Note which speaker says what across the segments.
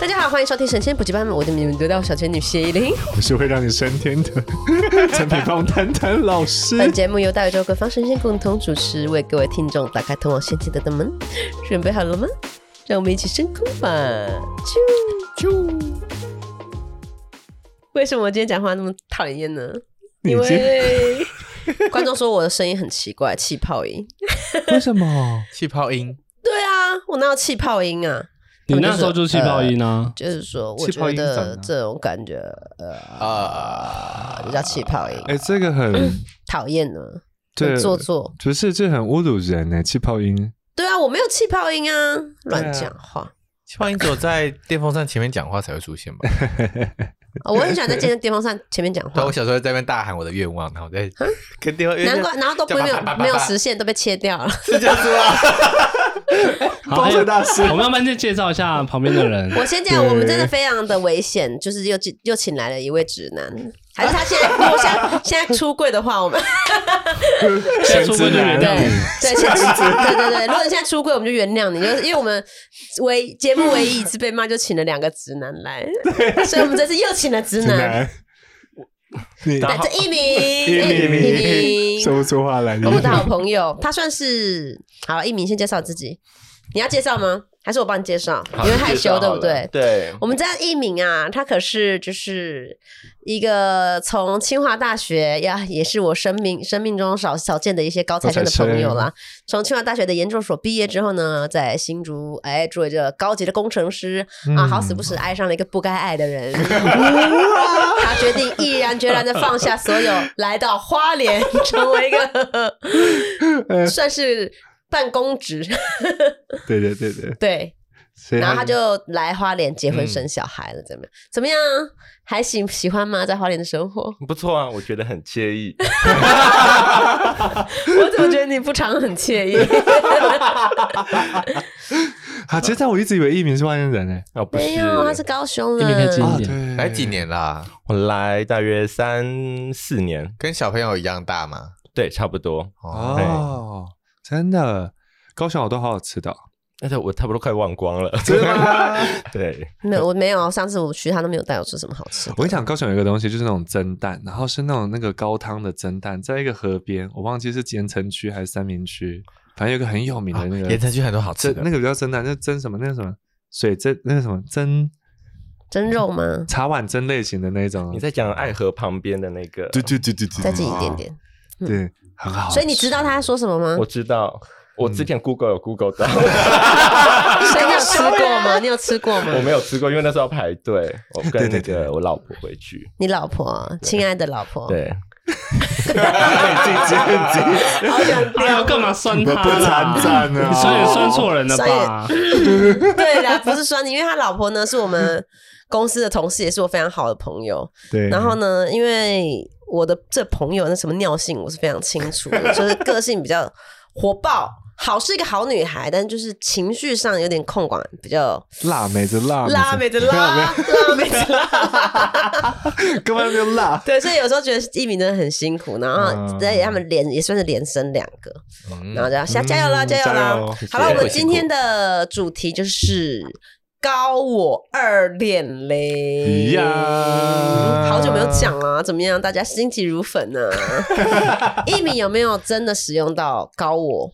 Speaker 1: 大家好，欢迎收听《神仙补习班》，我的名字得到小仙女谢依霖。
Speaker 2: 我是会让你升天 的陈品芳丹丹老
Speaker 1: 本
Speaker 2: 师。
Speaker 1: 节目由大宇宙各方神仙共同主持，为各位听众打开通往仙界的大门。准备好了吗？让我们一起升空吧！啾啾。为什么我今天讲话那么讨人厌呢？
Speaker 2: 你
Speaker 1: 因
Speaker 2: 今
Speaker 1: 为观众说我的声音很奇怪，气泡音。
Speaker 2: 为什么？
Speaker 3: 气泡音，
Speaker 1: 对啊，我哪有气泡音啊？
Speaker 4: 你那时候就是气泡音啊，
Speaker 1: 就是说，我
Speaker 3: 气泡
Speaker 1: 觉
Speaker 3: 音是怎么
Speaker 1: 得
Speaker 3: 了
Speaker 1: 这种感觉，呃，
Speaker 3: 啊
Speaker 1: 就叫气泡音，
Speaker 2: 哎、这个 很
Speaker 1: 讨厌呢，
Speaker 2: 对
Speaker 1: 很做作。
Speaker 2: 不是，这很侮辱人呢、哎气泡音。
Speaker 1: 对啊，我没有气泡音啊，乱
Speaker 2: 对啊
Speaker 1: 讲话。
Speaker 3: 气泡音只有在电风扇前面讲话才会出现吧？
Speaker 1: 哦我很想在今天电风扇前面讲
Speaker 3: 对，啊
Speaker 1: 话
Speaker 3: 我，小时候在那边大喊我的愿望，然后 在跟电话约
Speaker 1: 难怪，然后都不没有没有实现，都被切掉了。
Speaker 3: 是这样子吗？
Speaker 4: 好，
Speaker 2: 包
Speaker 4: 还
Speaker 2: 水
Speaker 4: 有
Speaker 2: 大师
Speaker 4: 我们要不然先介绍一下旁边的 人。
Speaker 1: 我先讲，我们真的非常的危险，就是又请又请来了一位直男，还是他现 在如果现在现在出柜的话，我们
Speaker 4: 现在出柜就原 谅
Speaker 1: 对
Speaker 4: 你，
Speaker 1: 对，现在对对对，如果你现在出柜，我们就原谅你，就是因为我们唯节目唯一一次被骂，就请了两个直男 来，所以我们这次又请了直
Speaker 2: 直
Speaker 1: 男，
Speaker 2: 男，你
Speaker 1: 来这 一名
Speaker 2: 一鸣
Speaker 1: 一
Speaker 2: 说
Speaker 1: 鸣，
Speaker 2: 不出话来。你
Speaker 1: 我们 的好朋友，他算是好一鸣，先介绍自己，你要介绍吗？还是我帮你介绍？因为害羞，对不对？
Speaker 3: 对，
Speaker 1: 我们家一鸣啊，他可是就是一个从清华大学呀，也是我生命生命中少少见的一些高材生的朋友啦。从清华大学的研究所毕业之后呢，在新竹哎做一个高级的工程师、啊，好死不死爱上了一个不该爱的人，他决定毅然决然的放下所有，来到花莲， 成为一个 算是办公职，
Speaker 2: 对对对对，
Speaker 1: 对。
Speaker 2: 所以
Speaker 1: 然后他就来花莲结婚生小孩了，怎么样？怎么样？还行，喜欢吗？在花莲的生活，
Speaker 5: 不错啊，我觉得很惬 意。
Speaker 1: 我怎么觉得你不常很惬意？
Speaker 2: 啊，其实但我一直以为艺名是外人人呢、
Speaker 5: 哦，不
Speaker 1: 没
Speaker 5: 是，
Speaker 1: 有，他是高雄
Speaker 4: 一鸣可以进
Speaker 1: 人。
Speaker 2: 啊，
Speaker 4: 一点。
Speaker 2: 对，
Speaker 3: 来几？年啦？
Speaker 5: 我来大约三四年，
Speaker 3: 跟小朋友一样大吗？
Speaker 5: 对，差不多。
Speaker 3: 哦，
Speaker 2: 哦，真的，高雄好多好好吃的哦、
Speaker 5: 但是我差不多快忘光 了。 对，
Speaker 1: 没有，我没有，上次我去他都没有带我吃什么好吃的。
Speaker 2: 我跟你讲，高雄有一个东西就是那种蒸蛋，然后是那种那个高汤的蒸蛋，在一个河边，我忘记是盐城区还是三明区，反正有一个很有
Speaker 1: 啊
Speaker 2: 名的那个
Speaker 3: 盐城区很多好吃
Speaker 2: 蒸，
Speaker 3: 的
Speaker 2: 那，个比较蒸蛋，那蒸什么那个什么水蒸那个什么蒸
Speaker 1: 蒸肉吗？
Speaker 2: 茶碗蒸类型的那种
Speaker 5: 你，在讲爱河旁边的那个，
Speaker 2: 哦对对对对对，
Speaker 1: 再近一点点。
Speaker 2: 啊对，很好吃。
Speaker 1: 所以你知道他在说什么吗
Speaker 5: 我？知道，我
Speaker 2: 嗯
Speaker 5: 之前 Google 有 Google 到，
Speaker 1: 所以你有吃过吗？你有吃过吗
Speaker 5: 我？没有吃过，因为那时候要排队，我
Speaker 2: 对
Speaker 5: 跟
Speaker 2: 对
Speaker 5: 那
Speaker 2: 对哦
Speaker 5: 个我老婆回去。
Speaker 1: 你老婆，亲爱的老婆，
Speaker 5: 对，
Speaker 1: 好 想
Speaker 4: 哎呦，
Speaker 1: 掉。
Speaker 4: 干嘛酸他
Speaker 2: 不
Speaker 4: 啦
Speaker 2: 惨惨啊
Speaker 4: 你酸也酸错人了吧？
Speaker 1: 对啦，不是说你，因为他老婆呢是我们公司的同事，也是我非常好的朋友。
Speaker 2: 对，
Speaker 1: 然后呢，因为我的这朋友那什么尿性我是非常清楚的，就是个性比较火爆，好是一个好女孩，但就是情绪上有点控管，比较
Speaker 2: 辣妹子辣
Speaker 1: 辣妹子辣辣妹子 辣。
Speaker 2: 根本就辣。
Speaker 1: 对，所以有时候觉得一鸣真的很辛苦，然后
Speaker 2: 嗯
Speaker 1: 而且他们连也算是连生两个，
Speaker 3: 嗯
Speaker 1: 然后就要加加油啦，
Speaker 2: 嗯
Speaker 1: 加油啦
Speaker 2: 加油！
Speaker 1: 好了，我
Speaker 5: 谢谢
Speaker 1: 们今天的主题就是。高我二点零
Speaker 2: 呀
Speaker 1: 好久没有讲啦，怎么样？大家心急如焚呢、啊？ 一鸣有没有真的使用到高我？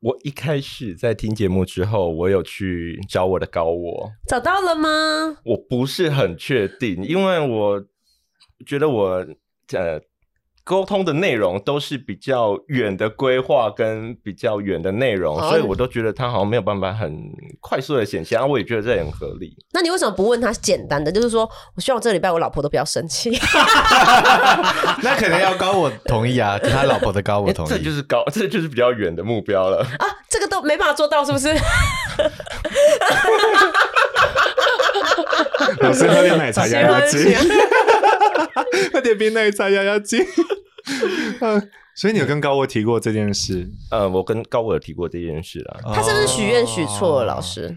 Speaker 5: 我一开始在听节目之后，我有去找我的高我，
Speaker 1: 找到了吗？
Speaker 5: 我不是很确定，因为我觉得我呃沟通的内容都是比较远的规划跟比较远的内容，
Speaker 1: 哦
Speaker 5: 所以我都觉得它好像没有办法很快速的显现，啊我也觉得这也很合理。
Speaker 1: 那你为什么不问他简单的？就是说我希望这礼拜我老婆都不要生气。
Speaker 3: 那可能要高我同意啊，就他老婆的高我同
Speaker 5: 哎这就
Speaker 3: 意。
Speaker 5: 是高， 这就是比较远的目标 了。
Speaker 1: 啊，这个都没办法做到，是不是？
Speaker 2: 老师喝点 奶茶压压惊
Speaker 1: 行啊，
Speaker 2: 喝点冰奶茶压压 惊。嗯，所以你有跟高我提过这件事？
Speaker 5: 呃，我跟高我有提过这件事啦。
Speaker 3: 哦
Speaker 1: 他是不是许愿许错了？老师，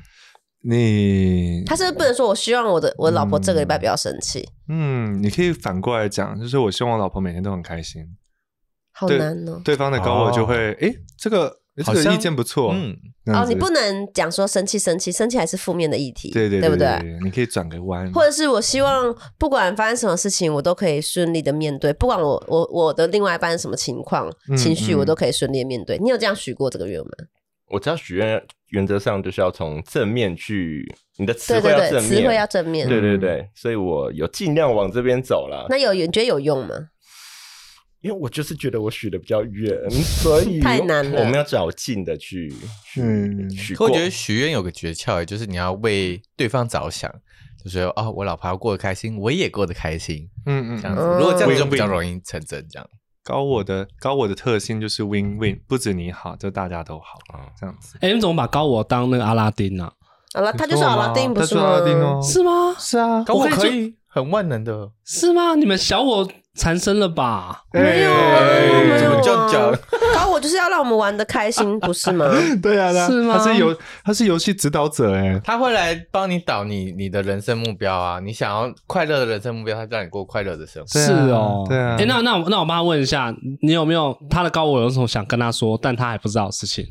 Speaker 2: 你
Speaker 1: 他是不是不能说我希望我的我老婆这个礼拜不要生气？
Speaker 2: 嗯，你可以反过来讲，就是我希望我老婆每天都很开心，
Speaker 1: 好
Speaker 2: 对
Speaker 1: 难哦、
Speaker 2: 对方的高我就会诶，这个
Speaker 3: 诶
Speaker 2: 好
Speaker 3: 这个
Speaker 2: 像
Speaker 3: 意见不错，
Speaker 2: 嗯
Speaker 3: 嗯，
Speaker 2: 那样
Speaker 1: 哦，
Speaker 2: 子
Speaker 1: 你不能讲说生气生气，生气还是负面的议题，
Speaker 2: 对对
Speaker 1: 对不
Speaker 2: 对
Speaker 1: 对？
Speaker 2: 对？你可以转个弯，
Speaker 1: 或者是我希望不管发生什么事情，我都可以顺利的面对，不管我我我的另外一半是什么情况、
Speaker 2: 嗯
Speaker 1: 情绪，
Speaker 2: 嗯
Speaker 1: 我都可以顺利地面对。你有这样许过这个愿吗？
Speaker 5: 我知道许愿原则上就是要从正面去，你的词
Speaker 1: 对
Speaker 5: 汇
Speaker 1: 对
Speaker 5: 要
Speaker 1: 对，
Speaker 5: 正
Speaker 1: 词汇要
Speaker 5: 面，
Speaker 1: 正面。
Speaker 5: 对对对，所以我有尽量往这边走了。
Speaker 1: 那有你觉得有用吗？
Speaker 5: 因为我就是觉得我许的比较远，所 以
Speaker 1: 太难了
Speaker 5: 我们要找近的去去、
Speaker 2: 嗯
Speaker 5: 许
Speaker 3: 可
Speaker 5: 过。
Speaker 3: 我觉得许愿有个诀窍，就是你要为对方着想，就是哦，我老婆要过得开心，我也过得开心，
Speaker 2: 嗯嗯
Speaker 3: 这样
Speaker 2: 嗯，
Speaker 3: 子。
Speaker 1: 哦
Speaker 3: 如果这样子就
Speaker 2: Win-win
Speaker 3: 比较容易成真，这样。
Speaker 2: 高我的高我的特性就是 win win，不止你好，就大家都好
Speaker 5: 啊
Speaker 2: 这样子。
Speaker 4: 哎，你们怎么把高我当那个阿拉丁呢？
Speaker 1: 好了，他就说
Speaker 2: 你
Speaker 1: 阿
Speaker 2: 说我
Speaker 1: 拉丁
Speaker 2: 吗
Speaker 1: 不
Speaker 2: 啊他
Speaker 1: 是
Speaker 2: 说
Speaker 1: 吗？
Speaker 2: 阿拉丁哦，
Speaker 4: 是吗？
Speaker 2: 是 啊，
Speaker 3: 可
Speaker 4: 我
Speaker 3: 我
Speaker 4: 可
Speaker 3: 可
Speaker 4: 以
Speaker 3: 以很万能的，
Speaker 4: 是吗？你们小我缠身了吧？
Speaker 1: 没有啊，
Speaker 2: 哎
Speaker 1: 没
Speaker 3: 怎
Speaker 1: 有
Speaker 3: 么
Speaker 1: 啊
Speaker 3: 这样讲？
Speaker 1: 高我就是要让我们玩的开心，不是吗？
Speaker 2: 对啊，对啊
Speaker 4: 是吗
Speaker 2: 他是游他是游戏指导者哎，
Speaker 3: 他会来帮你导你你的人生目标啊，你想要快乐的人生目标，他让你过快乐的生活。
Speaker 2: 对啊
Speaker 4: 是哦，
Speaker 2: 对啊
Speaker 4: 哎，那那我那我妈问一下，你有没有她的高我有什么想跟她说，但她还不知道的事情？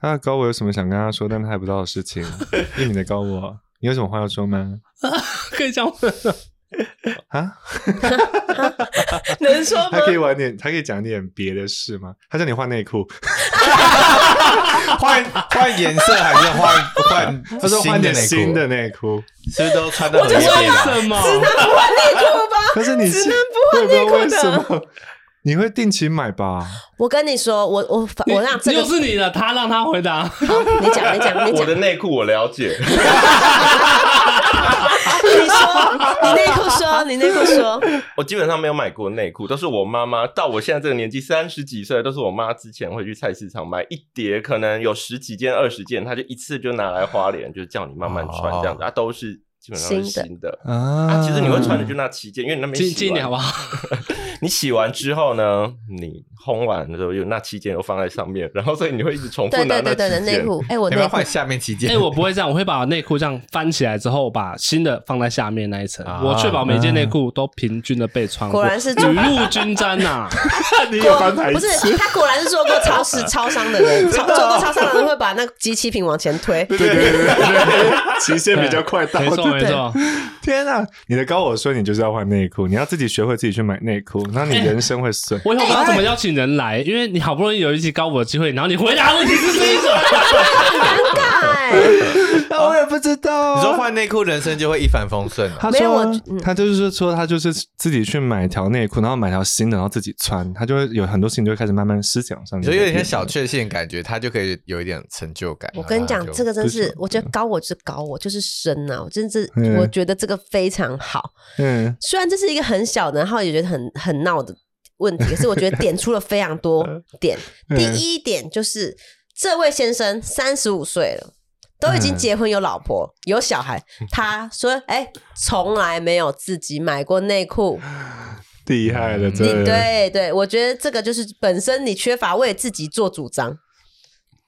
Speaker 2: 他的高我有什么想跟他说，但他还不知道的事情？一米的高我，你有什么话要说吗？
Speaker 4: 可以这样问了
Speaker 2: 啊，
Speaker 1: 能说吗
Speaker 2: 他？可以玩点，他可以讲点别的事吗？他叫你换内裤，
Speaker 3: 换换颜色还是换换？
Speaker 2: 他说换
Speaker 3: 新的
Speaker 2: 点
Speaker 3: 内裤啊
Speaker 2: 新的，内裤，
Speaker 3: 是不是都穿的很
Speaker 1: 就说
Speaker 3: 贴了？
Speaker 4: 什么？
Speaker 1: 换内裤吧。
Speaker 2: 可是你
Speaker 1: 只
Speaker 2: 是
Speaker 1: 能
Speaker 2: 我也不
Speaker 1: 不换内
Speaker 2: 知
Speaker 1: 裤
Speaker 2: 道
Speaker 1: 的
Speaker 2: 为什么你会定期买吧？
Speaker 1: 我跟你说，我我反
Speaker 4: 你
Speaker 1: 我让这个
Speaker 4: 又是你的，她让她回答。
Speaker 1: 好，你讲你讲你
Speaker 5: 我
Speaker 1: 讲，
Speaker 5: 的内裤我了解，
Speaker 1: 啊 你说你内裤说你内裤说，
Speaker 5: 我基本上没有买过内裤，都是我妈妈到我现在这个年纪三十几岁，都是我妈之前会去菜市场买一叠，可能有十几件、二十件，她就一次就拿来花莲，就叫你慢慢穿
Speaker 3: 哦
Speaker 5: 这样子，啊，都是基本上都是
Speaker 1: 新的
Speaker 5: 新的。
Speaker 2: 啊
Speaker 5: 啊，其实你会穿的就那七件，因为你那边
Speaker 4: 今
Speaker 5: 洗
Speaker 4: 今
Speaker 5: 完
Speaker 4: 年好不好？
Speaker 5: 你洗完之后呢，你烘完的时候有那七件又放在上面，然后所以你会一直重复
Speaker 1: 对
Speaker 5: 拿
Speaker 1: 对
Speaker 5: 那
Speaker 1: 对
Speaker 5: 七
Speaker 1: 对的
Speaker 5: 件。
Speaker 1: 内裤，哎，我
Speaker 3: 你
Speaker 1: 内
Speaker 3: 要不要
Speaker 1: 裤
Speaker 3: 换下面几
Speaker 4: 哎、
Speaker 3: 件？
Speaker 4: 我不会这样，我会把内裤这样翻起来之后，把新的放在下面那一层。
Speaker 3: 啊
Speaker 4: 我确保每件内裤都平均的被穿过，
Speaker 1: 果然是
Speaker 4: 雨露均沾 啊呐、
Speaker 2: 你有翻
Speaker 1: 果
Speaker 2: 台
Speaker 1: 不
Speaker 2: 词，
Speaker 1: 是他果然是做过超市超商的人，超做过超商的人会把那个机器品往前推，
Speaker 2: 对对对对对，期限比较快到，
Speaker 4: 没错
Speaker 2: 对
Speaker 4: 没。错。
Speaker 2: 天啊，你的高我说你就是要换内裤，你要自己学会自己去买内裤，那你人生会损。
Speaker 4: 我以后不知道怎么邀请人来，因为你好不容易有一集高我的机会，然后你回答问题是这一 种，
Speaker 1: 哎，
Speaker 2: 那啊我也不知道
Speaker 3: 你说换内裤，人生就会一帆风顺 了。
Speaker 2: 他
Speaker 1: 没有
Speaker 2: 说
Speaker 1: 我
Speaker 2: 啊
Speaker 1: 嗯
Speaker 2: 他就是说他就是自己去买条内裤，然后买条新的，然后自己穿，他就会有很多事情就会开始慢慢思想上
Speaker 3: 你
Speaker 2: 面。
Speaker 3: 说有点像小确幸的感觉，他就可以有一点成就感。
Speaker 1: 我跟你讲，这
Speaker 3: 个
Speaker 1: 个真
Speaker 2: 不
Speaker 1: 是
Speaker 2: 行，
Speaker 1: 我觉得高我就是高我就是深啊，我真是
Speaker 2: 嗯
Speaker 1: 我觉得这个非常好。
Speaker 2: 嗯，
Speaker 1: 虽然这是一个很小的，然后也觉得很很闹的问题，可是我觉得点出了非常多点。
Speaker 2: 嗯
Speaker 1: 第一点就是这位先生三十五岁了。都已经结婚有老
Speaker 2: 嗯
Speaker 1: 婆有小孩，他说：“哎、从来没有自己买过内裤。
Speaker 2: 厉害了，
Speaker 3: 嗯
Speaker 1: 你
Speaker 2: 真的。
Speaker 1: 对对，我觉得这个就是本身你缺乏为自己做主张。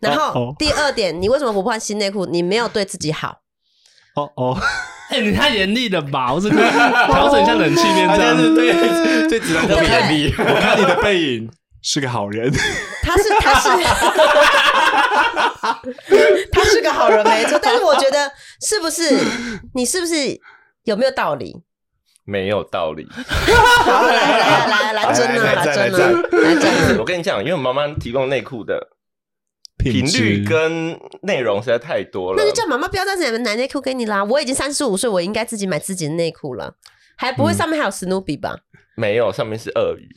Speaker 1: 然后第二点，你为什么不换新内裤？你没有对自己好。
Speaker 2: 哦 哦，
Speaker 4: 哎、你太严厉了吧？我这个调整一下冷气面
Speaker 2: 哦
Speaker 3: 他
Speaker 4: 这
Speaker 3: 现在
Speaker 4: 样
Speaker 3: 是
Speaker 4: 子。
Speaker 3: 对对，只能 特别严 厉。
Speaker 2: 我看你的背影是个好人，
Speaker 1: 他是他是他是个好人没错，但是我觉得是不是你是不是有没有道理？
Speaker 5: 没有道理。
Speaker 1: 好，来来来来来争啊，来争啊，来争啊！
Speaker 5: 我跟你讲，因为我妈妈提供内裤的
Speaker 2: 品
Speaker 5: 频
Speaker 2: 质
Speaker 5: 率跟内容实在太多了
Speaker 1: 那就。叫妈妈不要再买内裤给你啦。我已经三十五岁，我应该自己买自己的内裤了，还不会上面还有史努比吧？
Speaker 5: 没有，上面是鳄鱼。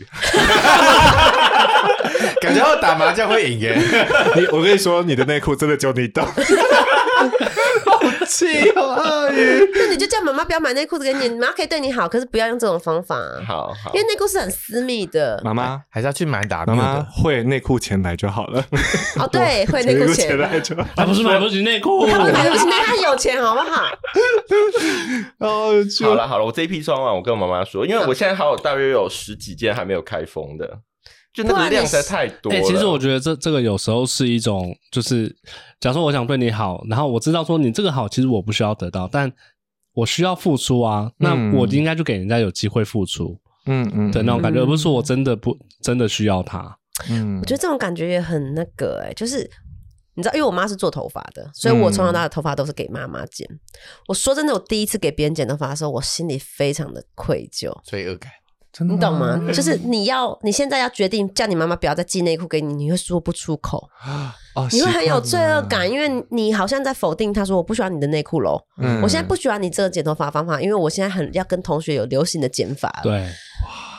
Speaker 3: 感觉我打麻将会赢耶。
Speaker 2: 你我跟你说，你的内裤真的就你懂。
Speaker 3: 气哦，
Speaker 1: 啊
Speaker 3: 鳄鱼。
Speaker 1: 那你就叫妈妈不要买内裤子给你，妈妈可以对你好，可是不要用这种方法啊、
Speaker 5: 好好
Speaker 1: 因，为内裤是很私密的。
Speaker 2: 妈妈，
Speaker 3: 还是要去买打
Speaker 2: 妈
Speaker 3: 面
Speaker 2: 妈
Speaker 3: 的。
Speaker 2: 会内裤钱来就好了，
Speaker 1: 哦，对， 会内裤钱。
Speaker 2: 来就好。
Speaker 4: 他啊不是买不起内裤，
Speaker 1: 他不买不起内裤，他有钱好不好？
Speaker 2: 哦，
Speaker 5: 好
Speaker 2: 就
Speaker 5: 了好了，我这一批穿完，我跟我妈妈说，因为我现在还有大约有十几件还没有开封的，就那
Speaker 1: 不然
Speaker 5: 个
Speaker 1: 你
Speaker 5: 量实在太多
Speaker 4: 哎、
Speaker 5: 了。
Speaker 4: 其 实我觉得这这个有时候是一种，就是假如说我想对你好，然后我知道说你这个好，其实我不需要得到，但我需要付出啊，那
Speaker 2: 嗯
Speaker 4: 我应该就给人家有机会付出
Speaker 2: 嗯嗯
Speaker 4: 的那种感觉，
Speaker 1: 嗯
Speaker 4: 而不是说我真的不真的需要他。
Speaker 3: 嗯，
Speaker 1: 我觉得这种感觉也很那个哎、就是你知道，因为我妈是做头发的，所以我从小到
Speaker 2: 嗯
Speaker 1: 大的头发都是给妈妈剪。我说真的，我第一次给别人剪头发的时候，我心里非常的愧疚，
Speaker 3: 罪恶感，
Speaker 2: 真的
Speaker 1: 你懂吗？就是你要你现在要决定叫你妈妈不要再寄内裤给你，你会说不出口，
Speaker 2: 哦，
Speaker 1: 你会很有
Speaker 2: 习
Speaker 1: 罪
Speaker 2: 惯了
Speaker 1: 恶感，。因为你好像在否定她说我不喜欢你的内裤喽。
Speaker 2: 嗯
Speaker 1: 我现在不喜欢你这个剪头发方法，因为我现在很要跟同学有流行的剪法了。
Speaker 4: 对，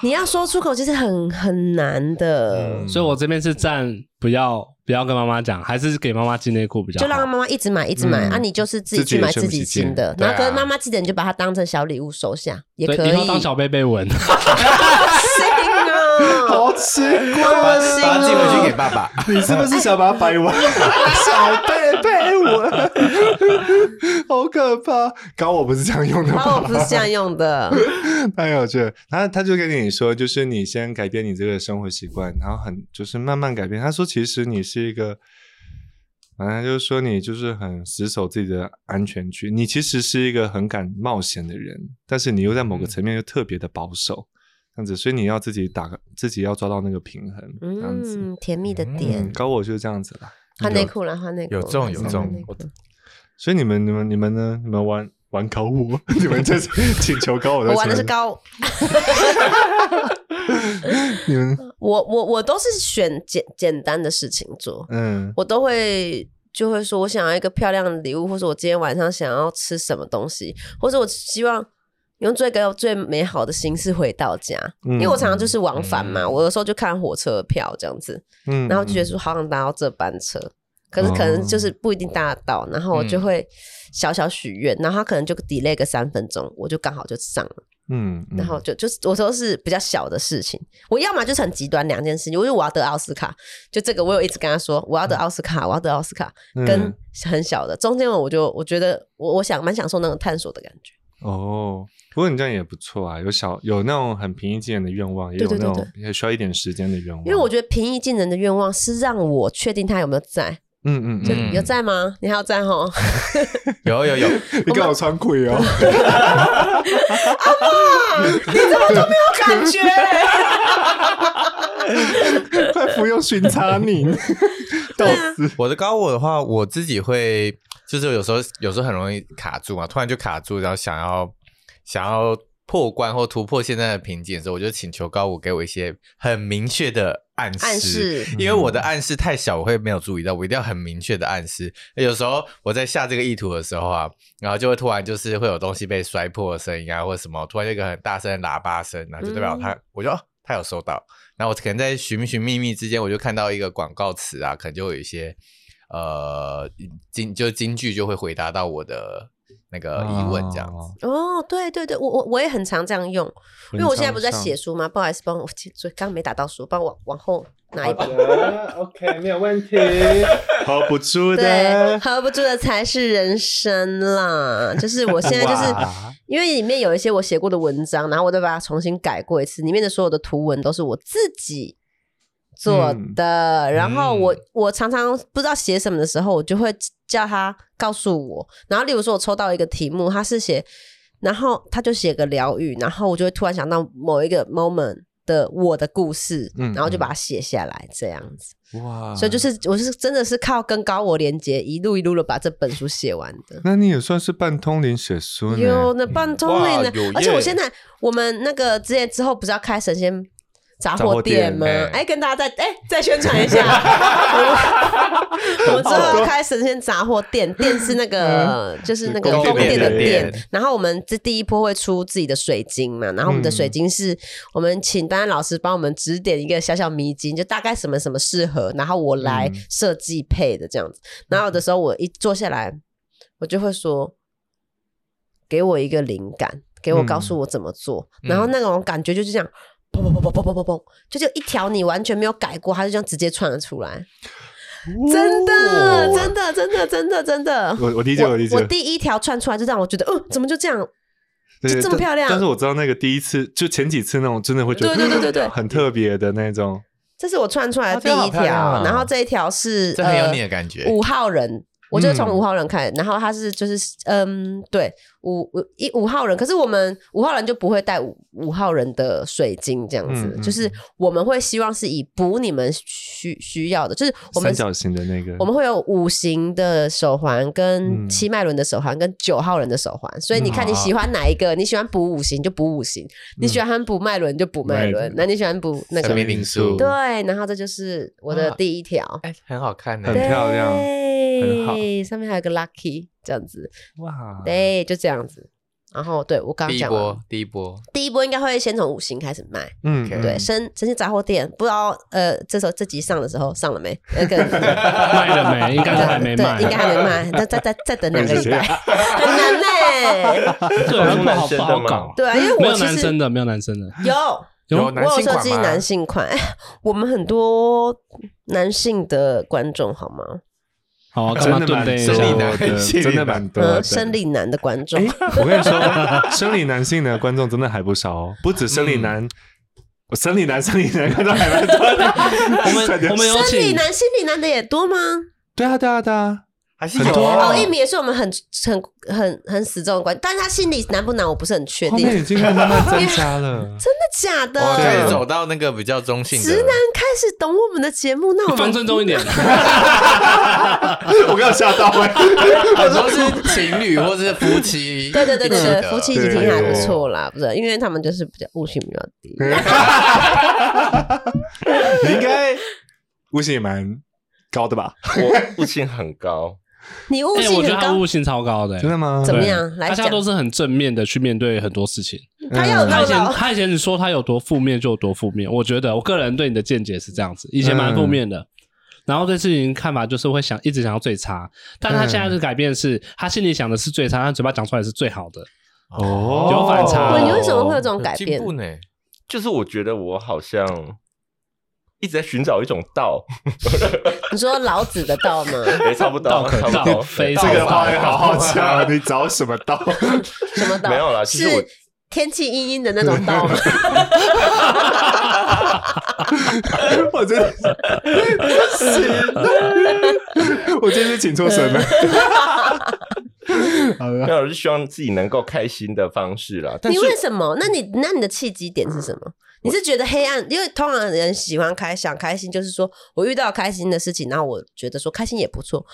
Speaker 1: 你要说出口其实很很难的，
Speaker 2: 嗯
Speaker 4: 所以我这边是站不要不要跟妈妈讲，还是给妈妈寄内裤比较好。
Speaker 1: 就让妈妈一直买一直买、
Speaker 2: 嗯
Speaker 1: 啊，你就是自己
Speaker 2: 自己
Speaker 1: 去买
Speaker 2: 也
Speaker 1: 自
Speaker 2: 撑不
Speaker 1: 己
Speaker 2: 起劲
Speaker 1: 新的，
Speaker 3: 对
Speaker 1: 然后可是
Speaker 3: 啊
Speaker 1: 妈妈记得你就把它当成小礼物收下也可以。
Speaker 4: 对，以后 当小贝贝闻。
Speaker 1: 行啊，
Speaker 2: 好奇怪
Speaker 1: 好恶心
Speaker 3: 把它寄
Speaker 1: 哦
Speaker 3: 回去给爸爸。
Speaker 2: 你是不是想把它摆完？ 小贝贝文， 好可怕！搞我不是这样用的
Speaker 1: 啊，我
Speaker 2: 吧？
Speaker 1: 不是这样用 的，
Speaker 2: 太有趣了。他他就跟你说，就是你先改变你这个生活习惯，然后很就是慢慢改变。他说，其实你是一个，反正就是说你就是很死守自己的安全区，你其实是一个很敢冒险的人，但是你又在某个层面又特别的保守，这样子，所以你要自己打个自己要抓到那个平衡，这样子。
Speaker 1: 嗯，甜蜜的点
Speaker 2: 嗯，。搞我就是这样子啦。
Speaker 1: 换内裤啦，换内裤，
Speaker 3: 有这种
Speaker 1: 还是
Speaker 3: 有
Speaker 1: 换
Speaker 3: 这种
Speaker 1: 内裤
Speaker 2: 所以你们、你们、你们呢？你们玩玩 考我，你们这是请求高我
Speaker 1: 我
Speaker 2: 在
Speaker 1: 玩的是
Speaker 2: 前面，
Speaker 1: 高，
Speaker 2: 你们
Speaker 1: 我我我都是选简简单的事情做，
Speaker 2: 嗯
Speaker 1: 我都会就会说我想要一个漂亮的礼物，或者我今天晚上想要吃什么东西，或者我希望用最个最美好的形式回到家。
Speaker 2: 嗯
Speaker 1: 因为我常常就是往返嘛，
Speaker 3: 嗯
Speaker 1: 我有时候就看火车票这样子，
Speaker 2: 嗯，
Speaker 1: 然后就觉得说好想搭到这班车。可是可能就是不一定搭得到，然后我就会小小许愿，然后他可能就 delay 个三分钟，我就刚好就上了，
Speaker 2: 嗯，嗯
Speaker 1: 然后就就是我说是比较小的事情，我要么就是很极端两件事情，因为我要得奥斯卡，就这个我有一直跟他说我要得奥斯卡，我要得奥斯卡，跟
Speaker 2: 嗯
Speaker 1: 很小的中间我就我觉得我我想蛮享受那种探索的感觉，
Speaker 2: 哦，不过你这样也不错啊，有小有那种很平易近人的愿望，也
Speaker 1: 对
Speaker 2: 有
Speaker 1: 对
Speaker 2: 那
Speaker 1: 对
Speaker 2: 种也需要一点时间的愿望。
Speaker 1: 因为我觉得平易近人的愿望是让我确定他有没有在，
Speaker 2: 嗯嗯
Speaker 1: 就
Speaker 2: 嗯，
Speaker 1: 有在吗？你还有在吼？
Speaker 3: 有有有，
Speaker 2: 你跟我穿鬼哦，
Speaker 1: 感觉
Speaker 2: 快服用巡查你，到死。
Speaker 3: 我的高我的话，我自己会就是有时候有时候很容易卡住嘛，突然就卡住，然后想要想要破关或突破现在的瓶颈的时候，我就请求高我给我一些很明确的暗示。
Speaker 1: 暗示
Speaker 3: 因为我的
Speaker 2: 嗯
Speaker 3: 暗示太小，我会没有注意到，我一定要很明确的暗示。有时候我在下这个意图的时候啊，然后就会突然就是会有东西被摔破的声音啊，或者什么，突然有一个很大声的喇叭声，然后就代
Speaker 2: 嗯
Speaker 3: 表他，我就、哦、他有收到。然后我可能在寻寻觅觅之间，我就看到一个广告词啊，可能就有一些呃金就金句就会回答到我的那
Speaker 5: 呃
Speaker 3: 个疑问这样子。
Speaker 2: 哦
Speaker 1: 哦，对对对，我我我也很常这样用，因为我现在不是在写，书吗？不好意思，帮我所以刚没打到书，帮我往往后拿一本。
Speaker 5: 的，OK，没有问 题。
Speaker 2: 好不住
Speaker 1: 对，
Speaker 2: 的。
Speaker 1: 合不住的才是人生啦。就是我现在就是
Speaker 2: 哇
Speaker 1: 因为里面有一些我写过的文章，然后我再把它重新改过一次，里面的所有的图文都是我自己做的。
Speaker 2: 嗯
Speaker 1: 然后我我常常不知道写什么的时候，我就会叫他告诉我。然后例如说，我抽到一个题目，他是写，然后他就写个疗愈，然后我就会突然想到某一个 moment。的我的故事，
Speaker 2: 嗯
Speaker 1: 然后就把它写下来，这样子，
Speaker 2: 哇，
Speaker 1: 所以就是我是真的是靠跟高我连接，一路一路的把这本书写完的。
Speaker 2: 那你也算是半通灵写书呢。
Speaker 1: 有呢，半通灵
Speaker 5: 哇
Speaker 1: 呢
Speaker 5: 有。
Speaker 1: 而且
Speaker 5: 耶
Speaker 1: 我现在我们那个之前之后不是要开神仙杂
Speaker 2: 杂
Speaker 1: 货
Speaker 2: 货
Speaker 1: 店
Speaker 2: 店
Speaker 1: 吗
Speaker 3: 哎？
Speaker 1: 哎，跟大家再哎再宣传一下，我们之后要开神仙杂货店，店是那个就是那个
Speaker 2: 宫
Speaker 1: 宫
Speaker 2: 殿
Speaker 1: 殿
Speaker 2: 的
Speaker 1: 的
Speaker 3: 店
Speaker 1: 店。然后我们这第一波会出自己的水晶嘛，然后我们的水
Speaker 2: 嗯
Speaker 1: 晶是我们请丹丹老师帮我们指点一个小小迷津，就大概什么什么适合，然后我来
Speaker 2: 嗯
Speaker 1: 设计配的这样子。然后有的时候我一坐下来，我就会说，给我一个灵感，给我
Speaker 2: 嗯
Speaker 1: 告诉我怎么做。
Speaker 3: 嗯
Speaker 1: 然后那种感觉就是这样，砰砰砰砰砰砰砰砰，就是一条你完全没有改过，它就这样直接窜了出来。真的，真的，真的，真的，真的。
Speaker 2: 我我理解，我理解。
Speaker 1: 我第一条窜出来就让我觉得，嗯，怎么就这样？
Speaker 2: 对
Speaker 1: 就这么
Speaker 2: 但
Speaker 1: 漂亮
Speaker 2: 但是我知道那个第一次，就前几次那种，真的会觉得
Speaker 1: 对对对对对
Speaker 2: 很特别的那种。
Speaker 1: 这是我窜出来的第一
Speaker 3: 啊这样好漂
Speaker 1: 条，
Speaker 3: 亮啊
Speaker 1: 然后这一条是
Speaker 3: 这很有
Speaker 1: 呃
Speaker 3: 你的感觉
Speaker 1: 五号人，我就是
Speaker 2: 嗯
Speaker 1: 从五号人开始，然后他是就是嗯，对五五一五号人，可是我们五号人就不会带五五号人的水晶这样子，
Speaker 2: 嗯嗯
Speaker 1: 就是我们会希望是以补你们需需要的，就是我们
Speaker 2: 三角形的那个，
Speaker 1: 我们会有五行的手环、跟
Speaker 2: 嗯
Speaker 1: 七脉轮的手环、跟九号人的手环，所以你看你喜欢哪一
Speaker 2: 啊
Speaker 1: 个？你喜欢补五行就补五行，你喜欢补脉轮就补脉
Speaker 2: 嗯脉
Speaker 1: 轮
Speaker 2: 轮，
Speaker 1: 那你喜欢补
Speaker 2: 呃
Speaker 1: 那
Speaker 3: 生
Speaker 1: 个
Speaker 3: 命灵数，
Speaker 1: 对，然后这就是我
Speaker 2: 啊
Speaker 1: 的第一条，
Speaker 3: 哎，很好看呢
Speaker 2: 很。漂亮
Speaker 1: 对
Speaker 2: 很好
Speaker 1: 上面还有个 lucky 这样子，
Speaker 2: 哇，
Speaker 1: 对，就这样子。然后对我刚
Speaker 3: 啊
Speaker 1: 刚
Speaker 3: 第一
Speaker 1: 讲完
Speaker 3: 波，，第一波，
Speaker 1: 第一波应该会先从五行开始卖，
Speaker 2: 嗯，
Speaker 3: OK
Speaker 1: 对，
Speaker 2: 嗯
Speaker 1: 生生鲜杂货店，不知道呃，这时候这集上的时候上了没？那 个卖
Speaker 4: 卖了没应该是还没卖
Speaker 1: 对，应该还没卖， 再再再再等两个礼拜，很难呢、
Speaker 4: 对，
Speaker 5: 都
Speaker 4: 不
Speaker 5: 是
Speaker 4: 好
Speaker 5: 男生
Speaker 4: 不
Speaker 5: 的
Speaker 4: 好
Speaker 5: 吗
Speaker 4: 搞，
Speaker 1: 对啊，因为我
Speaker 4: 没有
Speaker 1: 其
Speaker 4: 男
Speaker 1: 实
Speaker 4: 生的，没有男生的，
Speaker 1: 有
Speaker 3: 有
Speaker 1: 我
Speaker 3: 男
Speaker 1: 有
Speaker 3: 性
Speaker 1: 设
Speaker 3: 款
Speaker 1: 计
Speaker 3: 吗
Speaker 1: 男性款，哎我们很多男性的观众好吗？
Speaker 4: 好啊，干
Speaker 2: 真
Speaker 4: 嘛
Speaker 2: 的
Speaker 4: 顿
Speaker 2: 蛮
Speaker 4: 呆一
Speaker 2: 多
Speaker 3: 生理
Speaker 4: 下？
Speaker 2: 的
Speaker 3: 男，性
Speaker 2: 真的蛮多的
Speaker 1: 嗯，。生理男的观
Speaker 3: 哎
Speaker 1: 众，
Speaker 2: 我跟你说，生理男性的观众真的还不少哦，不止生理男，我生理男、生理男观众还蛮多的。
Speaker 4: 我们我们有
Speaker 1: 生理
Speaker 4: 请，
Speaker 1: 男、心理男的也多吗？
Speaker 2: 对啊，对啊，对啊，
Speaker 3: 还是有
Speaker 2: 很多啊
Speaker 1: 哦，一米也是我们很很很很死忠的观，但是他心理难不难，我不是很确
Speaker 2: 后
Speaker 1: 定，真
Speaker 2: 面
Speaker 1: 的
Speaker 2: 已经慢慢增加了。
Speaker 1: 假的？
Speaker 3: 我开始
Speaker 2: 对
Speaker 3: 哦走到那个比较中性的，
Speaker 1: 直男开始懂我们的节目，那我
Speaker 4: 方
Speaker 1: 们
Speaker 4: 正宗一点，
Speaker 2: 我刚有吓到 哎，
Speaker 3: 很多啊是情侣或是夫妻，
Speaker 1: 对对对对对，夫妻一起听还不
Speaker 2: 对
Speaker 1: 错啦，不是？因为他们就是比较悟性比较 低，
Speaker 2: 你应该悟性也蛮高的吧？
Speaker 5: 我悟性很高，
Speaker 1: 你悟
Speaker 4: 哎，
Speaker 1: 性
Speaker 4: 我觉得
Speaker 1: 很
Speaker 4: 他
Speaker 1: 高
Speaker 4: 悟，性超高的，欸
Speaker 2: 真的吗？
Speaker 1: 怎么
Speaker 4: 对
Speaker 1: 样来
Speaker 4: 他现
Speaker 1: 讲
Speaker 4: 在都是很正面的去面对很多事情。
Speaker 1: 他要有
Speaker 4: 他
Speaker 1: 到
Speaker 4: 以前
Speaker 1: 老，
Speaker 4: 他以前说他有多负面就有多负面，我觉得我个人对你的见解是这样子，以前蛮负面的，然后对事情看法就是会想一直想要最差，但他现在的改变是、他心里想的是最差，他嘴巴讲出来是最好的，
Speaker 2: 哦
Speaker 4: 有反差
Speaker 1: 哇你为什么会有这种改
Speaker 3: 哦进
Speaker 1: 变？
Speaker 3: 步呢？
Speaker 5: 就是我觉得我好像一直在寻找一种 道，
Speaker 1: 你说老子的道吗？
Speaker 5: 也差不
Speaker 4: 道
Speaker 5: 多，
Speaker 4: 可
Speaker 5: 差不
Speaker 4: 道
Speaker 5: 多，
Speaker 4: 非
Speaker 2: 这个话
Speaker 4: 道
Speaker 2: 也好好讲， 你找什么道？
Speaker 1: 什么道？
Speaker 5: 没有啦其实我
Speaker 1: 是天气阴阴的那种道吗？
Speaker 2: 我真的是，我真是请错神了。好了
Speaker 5: 没，有，是希望自己能够开心的方式啦。但
Speaker 1: 你
Speaker 5: 是
Speaker 1: 为什么？那你那你的契机点是什么？你是觉得黑暗？因为通常人喜欢开想开心，就是说我遇到开心的事情，然后我觉得说开心也不错。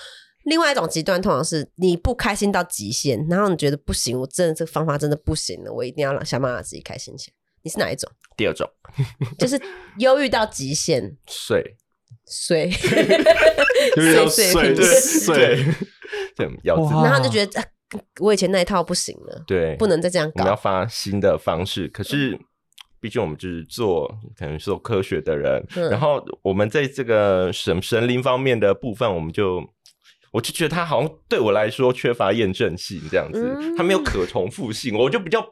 Speaker 1: 另外一种极端通常是你不开心到极限，然后你觉得不行，我真的这个方法真的不行了，我一定要让想办法自己开心起来。你是哪一种？
Speaker 5: 第二种
Speaker 1: 就是忧郁到极限，
Speaker 5: 睡，
Speaker 1: 睡，
Speaker 2: 就是要
Speaker 1: 碎
Speaker 2: 碎
Speaker 1: 对
Speaker 2: 碎，
Speaker 5: 对，要自
Speaker 2: 哇
Speaker 1: 然后你就觉得、啊我以前那一套不行了，
Speaker 5: 对，
Speaker 1: 不能再这样
Speaker 5: 我们要
Speaker 1: 搞。
Speaker 5: 发新的方式。可是，毕竟我们就是做可能做科学的人，
Speaker 1: 嗯
Speaker 5: 然后我们在这个神神灵方面的部分，我们就我就觉得它好像对我来说缺乏验证性，这样子，
Speaker 1: 嗯
Speaker 5: 它没有可重复性，我就比较。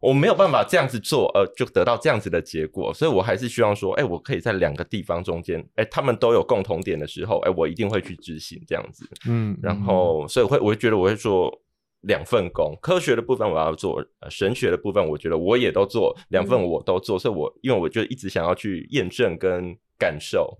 Speaker 5: 我没有办法这样子做，呃，就得到这样子的结果，所以我还是希望说，哎、我可以在两个地方中间，哎、他们都有共同点的时候，哎、我一定会去执行这样子。
Speaker 2: 嗯
Speaker 5: 然后所以我会我会觉得我会做两份工，科学的部分我要做，呃神学的部分我觉得我也都做，两份
Speaker 1: 嗯
Speaker 5: 我都做，所以我因为我就一直想要去验证跟感受。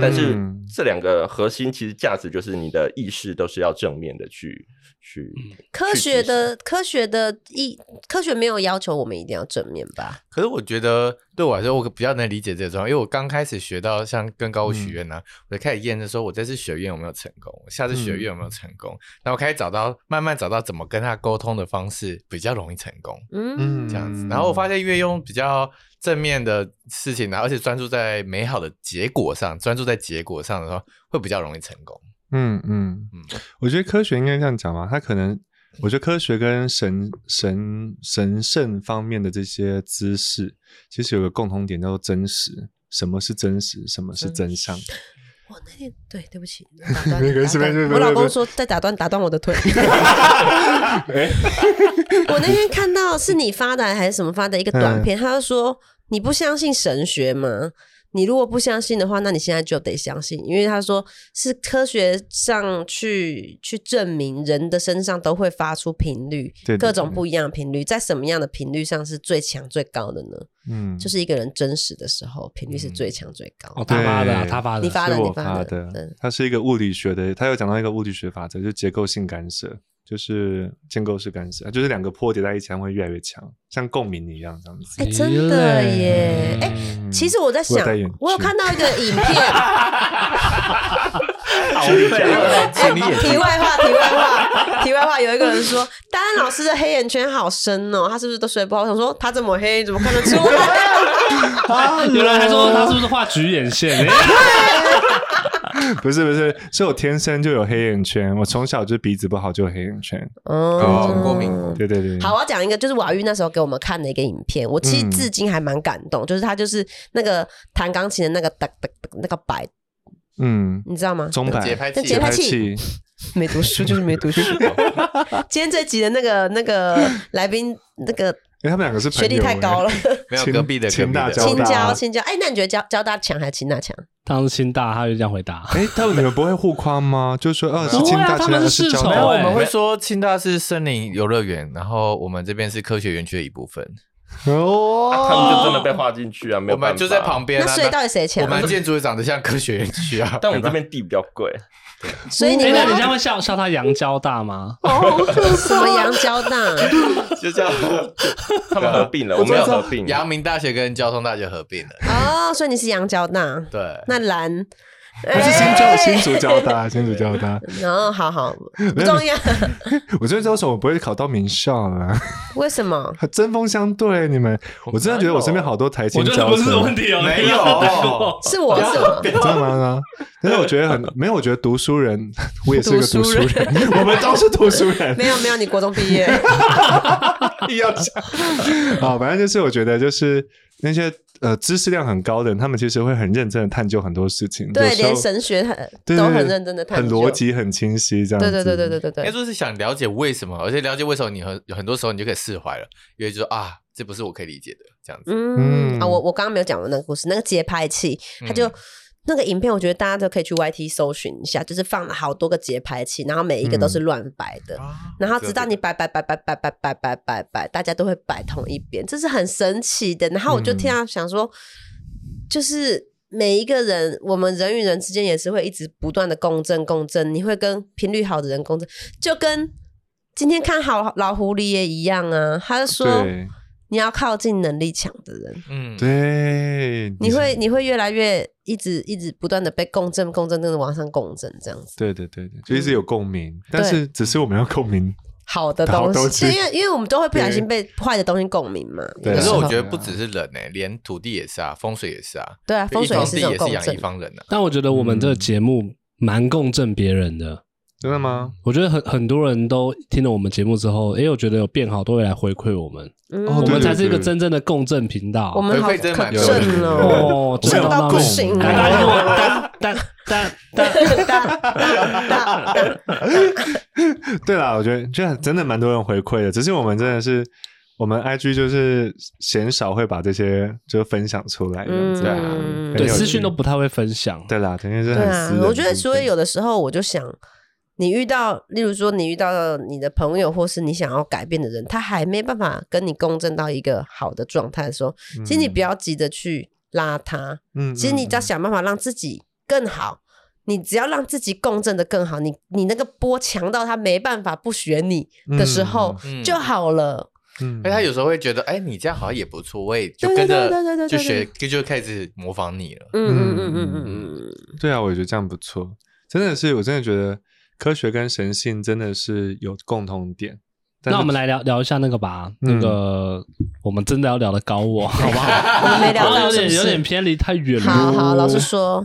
Speaker 1: 嗯
Speaker 5: 但是
Speaker 2: 嗯
Speaker 5: 这两个核心其实价值就是你的意识都是要正面的去去，
Speaker 1: 科学的科学的一科学没有要求我们一定要正面吧？
Speaker 3: 可是我觉得对我来说，我比较能理解这个状况，因为我刚开始学到像跟高我许愿
Speaker 1: 嗯
Speaker 3: 啊，我就开始验证说我这次许愿有没有成功，我下次许愿有没有成功，
Speaker 1: 嗯
Speaker 3: 然后我开始找到慢慢找到怎么跟他沟通的方式比较容易成功。
Speaker 1: 嗯，
Speaker 3: 这样子。然后我发现越用比较正面的事情，然后而且专注在美好的结果上，专注在结果上的话，会比较容易成功。
Speaker 2: 嗯嗯
Speaker 3: 嗯，
Speaker 2: 我觉得科学应该这样讲吧，它可能。我觉得科学跟神神神圣方面的这些知识，其实有个共同点，叫做真实。什么是真实？什么是真相？
Speaker 1: 我那天对，对不起， 打断
Speaker 2: 没关系
Speaker 1: 打断
Speaker 2: 没关系
Speaker 1: 我老
Speaker 2: 没
Speaker 1: 公
Speaker 2: 关系哎
Speaker 1: 说在打断打断我的 腿。 我那天
Speaker 2: 嗯
Speaker 1: 看到是你发的还是什么发的一个短片，他就说你不相信神学吗？你如果不相信的话，那你现在就得相信，因为他说是科学上去去证明人的身上都会发出频率，
Speaker 2: 对对
Speaker 1: 各种不一样的频率，在什么样的频率上是最强最高的呢？
Speaker 2: 嗯，
Speaker 1: 就是一个人真实的时候，频率是最强最高的。
Speaker 4: 哦，他发的啊，
Speaker 2: 对
Speaker 4: 他发的，
Speaker 1: 你发
Speaker 2: 是
Speaker 1: 的，
Speaker 2: 我
Speaker 1: 你
Speaker 2: 发
Speaker 1: 对
Speaker 2: 的，它是一个物理学的，它有讲到一个物理学法则，就是结构性干涉，就是建构式干涉，就是两个波叠在一起，它们会越来越强，像共鸣一样这样子。
Speaker 1: 哎、真的耶！哎、
Speaker 2: 嗯
Speaker 1: 其实我在想
Speaker 2: 我有戴眼，
Speaker 1: 我有
Speaker 2: 镜
Speaker 1: 看到一个影片。
Speaker 3: 好厉害，
Speaker 1: 哎，
Speaker 3: 请你也
Speaker 1: 题外话，题外话，题外话，有一个人说，丹丹老师的黑眼圈好深哦，他是不是都睡不好？我想说，他这么黑，怎么看得出来？
Speaker 4: 有人还说他是不是画橘眼 线？哎
Speaker 2: 嗯 不是不是，是我天生就有黑眼圈，我从小就鼻子不好就有黑眼圈。
Speaker 1: 哦
Speaker 3: 过敏过敏
Speaker 2: 对对对，
Speaker 1: 好，我要讲一个，就是瓦玉那时候给我们看的一个影片，我其实
Speaker 2: 嗯
Speaker 1: 至今还蛮感动，就是他就是那个弹钢琴的那个哒哒哒那个摆，
Speaker 2: 嗯，
Speaker 1: 你知道吗？
Speaker 2: 中摆
Speaker 3: 节拍器
Speaker 1: 那节拍器
Speaker 2: 器，
Speaker 1: 没读书就是没读书。今天这集的那个那个来宾那个
Speaker 2: 因为他们两个是朋
Speaker 1: 学
Speaker 2: 友欸
Speaker 1: 历太高了，，
Speaker 3: 没有
Speaker 2: 亲
Speaker 3: 隔壁的
Speaker 2: 亲
Speaker 3: 隔壁
Speaker 2: 大
Speaker 3: 的
Speaker 2: 交
Speaker 1: 青
Speaker 2: 大
Speaker 1: 椒青椒，哎，那你觉得交交大强还是清大强？
Speaker 4: 当时清大，他就这样回答。
Speaker 2: 哎，他们你们不会互夸吗？就说哦，是
Speaker 4: 不会
Speaker 2: 清
Speaker 4: 啊
Speaker 2: 大，
Speaker 4: 他
Speaker 2: 清
Speaker 4: 们
Speaker 2: 大
Speaker 4: 是世
Speaker 2: 交
Speaker 4: 仇
Speaker 2: 大
Speaker 4: 哎
Speaker 3: 我们会说清大是森林游乐园，然后我们这边是科学园区的一部分，
Speaker 5: 他们就
Speaker 2: 哦，
Speaker 5: 真的被划进去啊，没
Speaker 3: 我
Speaker 5: 有办法。
Speaker 3: 们就在旁边
Speaker 1: 那
Speaker 3: 啊。
Speaker 1: 所以到底谁
Speaker 3: 我
Speaker 1: 强？
Speaker 3: 们建筑长得像科学园区啊，
Speaker 5: 但我们这边地比较贵，
Speaker 1: 所以你
Speaker 4: 哎，
Speaker 1: 们
Speaker 4: 那人家会笑笑他洋交大吗？
Speaker 1: 什么洋交大？
Speaker 5: 就这样，他们合并了，我
Speaker 3: 没
Speaker 5: 们
Speaker 3: 有
Speaker 5: 要合并。
Speaker 3: 阳明大学跟交通大学合并了。
Speaker 1: 哦，所以你是洋交大，
Speaker 3: 对，
Speaker 1: 那蓝哎
Speaker 2: 还是新教新竹交大，新竹交 大。
Speaker 1: 哦，好好不重要，
Speaker 2: 我真的知道为什么我不会考到名校啊了，
Speaker 1: 为什么？
Speaker 2: 针锋相对，你们，我真的觉得我身边好多台
Speaker 4: 我
Speaker 2: 青
Speaker 4: 觉
Speaker 2: 教
Speaker 4: 得
Speaker 2: 授，
Speaker 4: 不是问题哦，
Speaker 3: 没 有
Speaker 1: 是我是我，
Speaker 2: 真的吗？但是我觉得 很没有，我觉得读书人， 我也是个读书人， 我们都是读书人，
Speaker 1: 没有没有，你国中毕业，
Speaker 2: 要讲啊，反正就是我觉得就是那些呃知识量很高的人，他们其实会很认真的探究很多事情，有
Speaker 1: 对，
Speaker 2: 时候
Speaker 1: 连神学很
Speaker 2: 对
Speaker 1: 都
Speaker 2: 对
Speaker 1: 很
Speaker 2: 对
Speaker 1: 认真的探
Speaker 2: 很
Speaker 1: 究，
Speaker 2: 逻，辑很清晰，这样
Speaker 1: 对对对
Speaker 2: 子
Speaker 1: 对对对
Speaker 3: 应
Speaker 4: 哎
Speaker 1: 对。
Speaker 3: 该说是想了解为什么，而且了解为什么你很很多时候你就可以释怀了，因为就说啊，这不是我可以理解的这样子。
Speaker 1: 嗯
Speaker 2: 嗯
Speaker 1: 啊，我我刚刚没有讲完那个故事，那个节拍器，它就、那个影片，我觉得大家都可以去 YT 搜寻一下，就是放了好多个节拍器，然后每一个都是乱摆的，然后直到你摆摆摆摆摆摆摆摆摆摆，大家都会摆同一边，这是很神奇的。然后我就听到想说，就是每一个人，我们人与人之间也是会一直不断的共振共振，你会跟频率好的人共振，就跟今天看好老狐狸也一样啊。他就说
Speaker 2: 对
Speaker 1: 你要靠近能力强的人，
Speaker 3: 嗯，
Speaker 2: 对，
Speaker 1: 你会你会越来越一直一直不断的被共振共振，真的往上共振这样子。
Speaker 2: 对对对对，就一直有共鸣，但是只是我们要共鸣，
Speaker 1: 好的
Speaker 2: 好
Speaker 1: 东西，
Speaker 2: 东西
Speaker 1: 是因为因为我们都会不小心被坏的东西共鸣嘛。
Speaker 2: 对
Speaker 1: 有
Speaker 3: 可是
Speaker 1: 时候
Speaker 3: 我觉得不只是人诶、连土地也是啊，风水也是啊，
Speaker 1: 对啊，风水
Speaker 3: 一
Speaker 1: 也
Speaker 3: 方
Speaker 1: 是
Speaker 3: 地
Speaker 1: 一种
Speaker 3: 也是
Speaker 1: 共
Speaker 3: 养一
Speaker 1: 振。
Speaker 3: 方人啊。
Speaker 4: 但我觉得我们这个节目蛮共振别人的。
Speaker 2: 真的吗？
Speaker 4: 我觉得很很多人都听了我们节目之后，哎、我觉得有变好，都会来回馈我们，
Speaker 1: 嗯
Speaker 2: 哦
Speaker 4: 我
Speaker 2: 对
Speaker 4: 们
Speaker 2: 对
Speaker 4: 才是一个
Speaker 2: 对
Speaker 4: 真正的共振频道。
Speaker 1: 我们好
Speaker 3: 回馈真的
Speaker 1: 可
Speaker 3: 蛮多
Speaker 2: 的
Speaker 1: 正哦，
Speaker 4: 哦，
Speaker 1: 正到不行啊
Speaker 4: 哎大家听我 哒哒哒哒，
Speaker 2: 对啦，我觉得这真的蛮多人回馈的，只是我们真的是。我们 IG 就是鲜少会把这些就分享出来，这样子、
Speaker 1: 对
Speaker 2: 啊
Speaker 1: 啊
Speaker 2: 很
Speaker 4: 对，
Speaker 2: 有趣
Speaker 4: 私讯都不太会分享。
Speaker 2: 对啦，肯定是
Speaker 1: 对
Speaker 2: 很私
Speaker 1: 啊
Speaker 2: 人，的
Speaker 1: 我觉得所以
Speaker 2: 部
Speaker 1: 有的时候我就想，你遇到，例如说你遇到了你的朋友，或是你想要改变的人，他还没办法跟你共振到一个好的状态的时候，
Speaker 2: 分
Speaker 1: 其实你不，要急着去拉他，
Speaker 2: 嗯嗯嗯
Speaker 1: 其实你只要想办法让自己更好，你只要让自己共振的更好，你你那个波强到他没办法不选你的时候、
Speaker 3: 嗯
Speaker 1: 就好了。
Speaker 2: 嗯嗯
Speaker 3: 而且他有时候会觉得，哎，你这样好像也不错，我也就
Speaker 1: 对对
Speaker 3: 跟着
Speaker 1: 对对对对
Speaker 3: 就
Speaker 1: 对
Speaker 3: 学就就开始模仿你了。
Speaker 1: 嗯嗯嗯
Speaker 2: 嗯
Speaker 1: 嗯嗯
Speaker 2: 嗯
Speaker 1: 嗯，
Speaker 2: 对啊，我觉得这样不错，真的是，我真的觉得科学跟神性真的是有共同点。但是
Speaker 4: 那我们来聊聊一下那个吧，
Speaker 2: 嗯
Speaker 4: 那个我们真的要聊的高我，好不好？
Speaker 1: 我们没聊
Speaker 4: 好像
Speaker 1: 到
Speaker 4: 有
Speaker 1: 是不
Speaker 4: 点有点
Speaker 1: 是？
Speaker 4: 偏离太远了。
Speaker 1: 好好，老师说，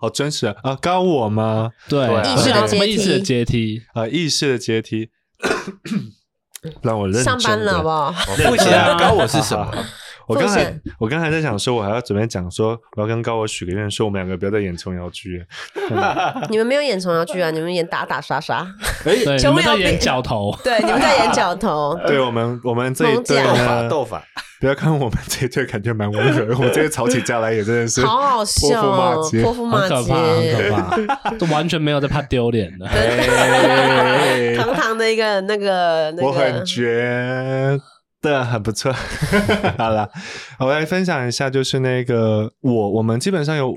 Speaker 2: 好真实啊，啊高我吗？
Speaker 4: 对
Speaker 3: 对啊
Speaker 4: 我想
Speaker 1: 意识的阶梯
Speaker 4: 什么意识
Speaker 2: 啊，意识
Speaker 4: 的阶梯？
Speaker 2: 的阶梯， 让我认
Speaker 1: 上班了好不
Speaker 2: 吧。
Speaker 1: 好？
Speaker 3: 哦
Speaker 2: 啊
Speaker 3: 啊我不起来，高我是什么？
Speaker 2: 我刚
Speaker 1: 奉
Speaker 2: 才
Speaker 1: 献
Speaker 2: 我刚才在想说，我还要准备讲说，我要跟高我许个愿，说我们两个不要再演琼瑶剧。
Speaker 1: 你们没有演琼瑶剧啊，你们演打打杀杀，
Speaker 4: 对，你
Speaker 1: 琼
Speaker 4: 们
Speaker 1: 瑶
Speaker 4: 在
Speaker 1: 比
Speaker 4: 演角头，
Speaker 1: 对，你们在演角头，
Speaker 2: 对我们我们这一对
Speaker 1: 呃
Speaker 2: 啊
Speaker 1: 猛
Speaker 3: 法
Speaker 2: 呢，
Speaker 3: 斗法，
Speaker 2: 不要看我们这一对感觉蛮温柔的，我们这个吵起架来也真的 是
Speaker 1: 好好笑哦
Speaker 2: 泼妇骂，街
Speaker 1: 泼妇骂
Speaker 4: 很可怕，很
Speaker 1: 街，
Speaker 4: 可怕，都完全没有在怕丢脸的。
Speaker 2: 哎
Speaker 1: 堂堂的一个那个那
Speaker 2: 我很
Speaker 1: 个，
Speaker 2: 觉得很不错。 好了，我来分享一下，就是那个我我们基本上有，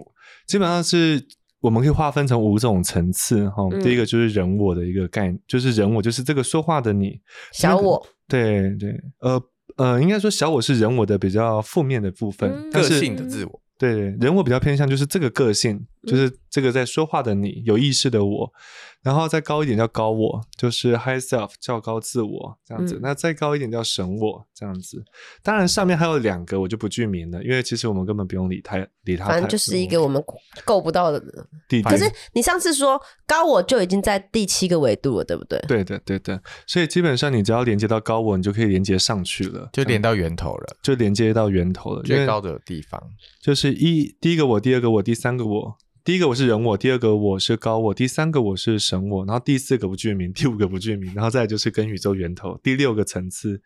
Speaker 2: 基本上是我们可以划分成五种层次哈。
Speaker 1: 嗯
Speaker 2: 第一个就是人我的一个概念，就是人我就是这个说话的你，
Speaker 1: 小我，
Speaker 2: 对对，呃。呃，应该说小我是人我的比较负面的部分，
Speaker 1: 嗯
Speaker 2: 但
Speaker 3: 个
Speaker 2: 是
Speaker 3: 性的自我，
Speaker 2: 对，人我比较偏向就是这个个性，就是
Speaker 1: 嗯
Speaker 2: 这个在说话的你，有意识的我，然后再高一点叫高我，就是 high self 较高自我这样子，
Speaker 1: 嗯
Speaker 2: 那再高一点叫神我这样子。当然上面还有两个我就不具名了，因为其实我们根本不用理他理他太多，
Speaker 1: 反正就是一个我们够不到的。
Speaker 2: 弟弟。
Speaker 1: 可是你上次说高我就已经在第七个维度了，对不对？
Speaker 2: 对的，对的，所以基本上你只要连接到高我，你就可以连接上去了，
Speaker 3: 就连
Speaker 2: 到
Speaker 3: 到源头了，
Speaker 2: 就连接到源头了。因为
Speaker 3: 最高的地方。
Speaker 2: 就是一第一个我，第二个我，第三个我。第一个我是人我，第二个我是高我，第三个我是神我，然后第四个不具名，第五个不具名，然后再来就是跟宇宙源头，第六个层次，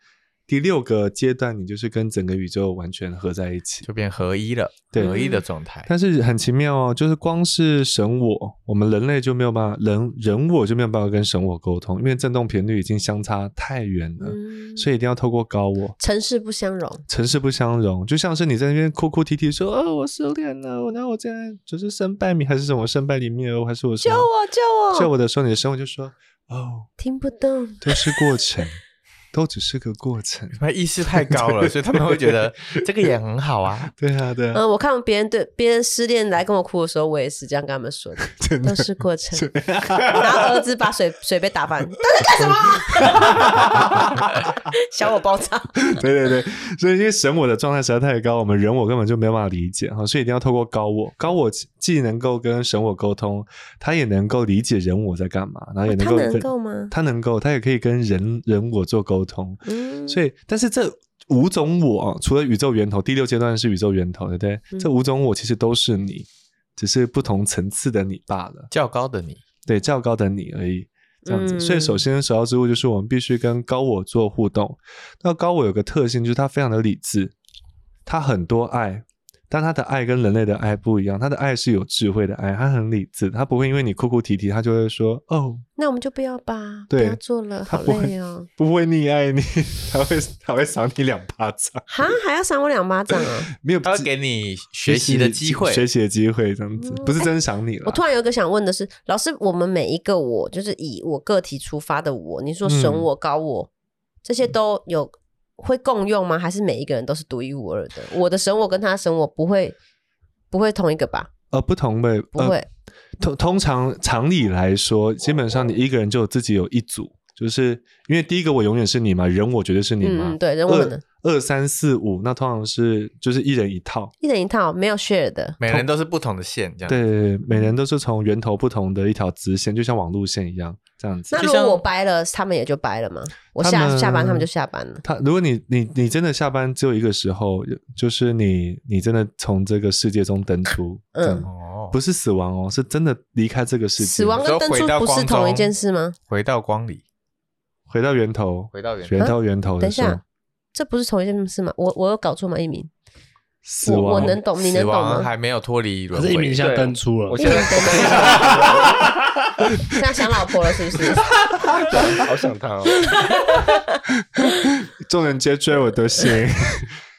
Speaker 2: 第六个阶段，你就是跟整个宇宙完全合在一起。
Speaker 3: 就变合一了，
Speaker 2: 对
Speaker 3: 合一的状态。
Speaker 2: 但是很奇妙哦，就是光是神我，我们人类就没有办法，人人我就没有办法跟神我沟通，因为振动频率已经相差太远了，
Speaker 1: 嗯，
Speaker 2: 啊所以一定要透过高我。
Speaker 1: 尘世不相容，
Speaker 2: 城市不相容，就像是你在那边哭哭啼啼说：“哦，我失恋了，我那我现在就是身败名还是什么身败名裂哦，还是我什
Speaker 1: 救
Speaker 2: 么
Speaker 1: 我救我，
Speaker 2: 救我的时候，你的生活就说：哦，
Speaker 1: 听不懂，
Speaker 2: 都是过程， 都只是个过程。
Speaker 3: 他们意识太高 了，所以他们会觉得这个也很好啊。
Speaker 2: 对啊，对啊，
Speaker 1: 嗯，我看别人对别人失恋来跟我哭的时候，我也是这样跟他们说 的，都是过程。然后儿子把水水杯打翻，都在干什么？ 小我爆炸，
Speaker 2: 对对对，所以因为神我的状态实在太高，我们人我根本就没有办法理解哈，所以一定要透过高我，高我既既能够跟神我沟通，他也能够理解人我在干嘛，然后也能
Speaker 1: 哦他
Speaker 2: 够
Speaker 1: 能
Speaker 2: 跟
Speaker 1: 够吗？
Speaker 2: 他能够，他也可以跟人人我做沟通，
Speaker 1: 嗯，
Speaker 2: 所以，但是这五种我，除了宇宙源头，第六阶段是宇宙源头，对不对？
Speaker 1: 嗯
Speaker 2: 这五种我其实都是你，只是不同层次的你罢了，
Speaker 3: 较高的你，
Speaker 2: 对，较高的你而已。这样子，
Speaker 1: 嗯
Speaker 2: 所以首先首要之务就是我们必须跟高我做互动。那高我有个特性，就是他非常的理智，他很多爱，但他的爱跟人类的爱不一样，他的爱是有智慧的爱，他很理智，他不会因为你哭哭啼啼，他就会说哦，
Speaker 1: 那我们就不要吧，不
Speaker 2: 对
Speaker 1: 要做了，
Speaker 2: 他
Speaker 1: 好
Speaker 2: 不会
Speaker 1: 累哦。
Speaker 2: 不会溺爱你， 他会他会赏你两巴掌，
Speaker 1: 哈，还要赏我两巴掌啊！
Speaker 2: 没有
Speaker 3: 他会给你学习的机会。
Speaker 2: 学习的机会这样子，不是真赏你了。
Speaker 1: 嗯我突然有一个想问的是，老师，我们每一个我，就是以我个体出发的我，你说神
Speaker 2: 嗯
Speaker 1: 我、高我，这些都有会共用吗？还是每一个人都是独一无二的？我的神我跟他神我不会不会同一个吧？
Speaker 2: 呃不同呗，
Speaker 1: 不会
Speaker 2: 呃、通通常常理来说，基本上你一个人就有自己有一组，就是因为第一个我永远是你嘛，人我绝对是你嘛，
Speaker 1: 嗯嗯对人我可能
Speaker 2: 二二三四五，那通常是就是一人一套，
Speaker 1: 一人一套，没有 share 的。
Speaker 3: 每人都是不同的线，这样。
Speaker 2: 对，对对，每人都是从源头不同的一条直线，就像网路线一样这样子
Speaker 1: 那。如
Speaker 3: 像
Speaker 1: 果我掰了，他们也就掰了嘛。我
Speaker 2: 他
Speaker 1: 下
Speaker 2: 们
Speaker 1: 下班，他们就下班了。
Speaker 2: 他，如果你你你真的下班只有一个时候，就是你你真的从这个世界中登出，
Speaker 1: 嗯
Speaker 2: 这样
Speaker 3: 哦，
Speaker 2: 不是死亡哦，是真的离开这个世界，
Speaker 1: 死亡跟
Speaker 3: 说
Speaker 1: 登
Speaker 3: 回
Speaker 1: 出
Speaker 3: 到
Speaker 1: 不是
Speaker 3: 光
Speaker 1: 同一
Speaker 3: 中
Speaker 1: 件事吗？
Speaker 3: 回到光里，
Speaker 2: 回到源头，
Speaker 3: 回到源头
Speaker 2: 源头源头
Speaker 1: 等
Speaker 2: 的
Speaker 1: 一
Speaker 2: 时候，
Speaker 1: 下，这不是同一件事吗？我我有搞错吗？一鸣，
Speaker 2: 死
Speaker 1: 我
Speaker 2: 亡
Speaker 1: 我能懂，你能
Speaker 3: 死
Speaker 1: 懂
Speaker 3: 亡
Speaker 1: 吗？
Speaker 3: 还没有脱离轮
Speaker 4: 可是一 鸣
Speaker 3: 回。
Speaker 4: 现在登出
Speaker 5: 我
Speaker 4: 了，
Speaker 5: 现在
Speaker 1: 现在想老婆了是不 是？
Speaker 5: 好想他哦，
Speaker 2: 众人皆醉我独醒。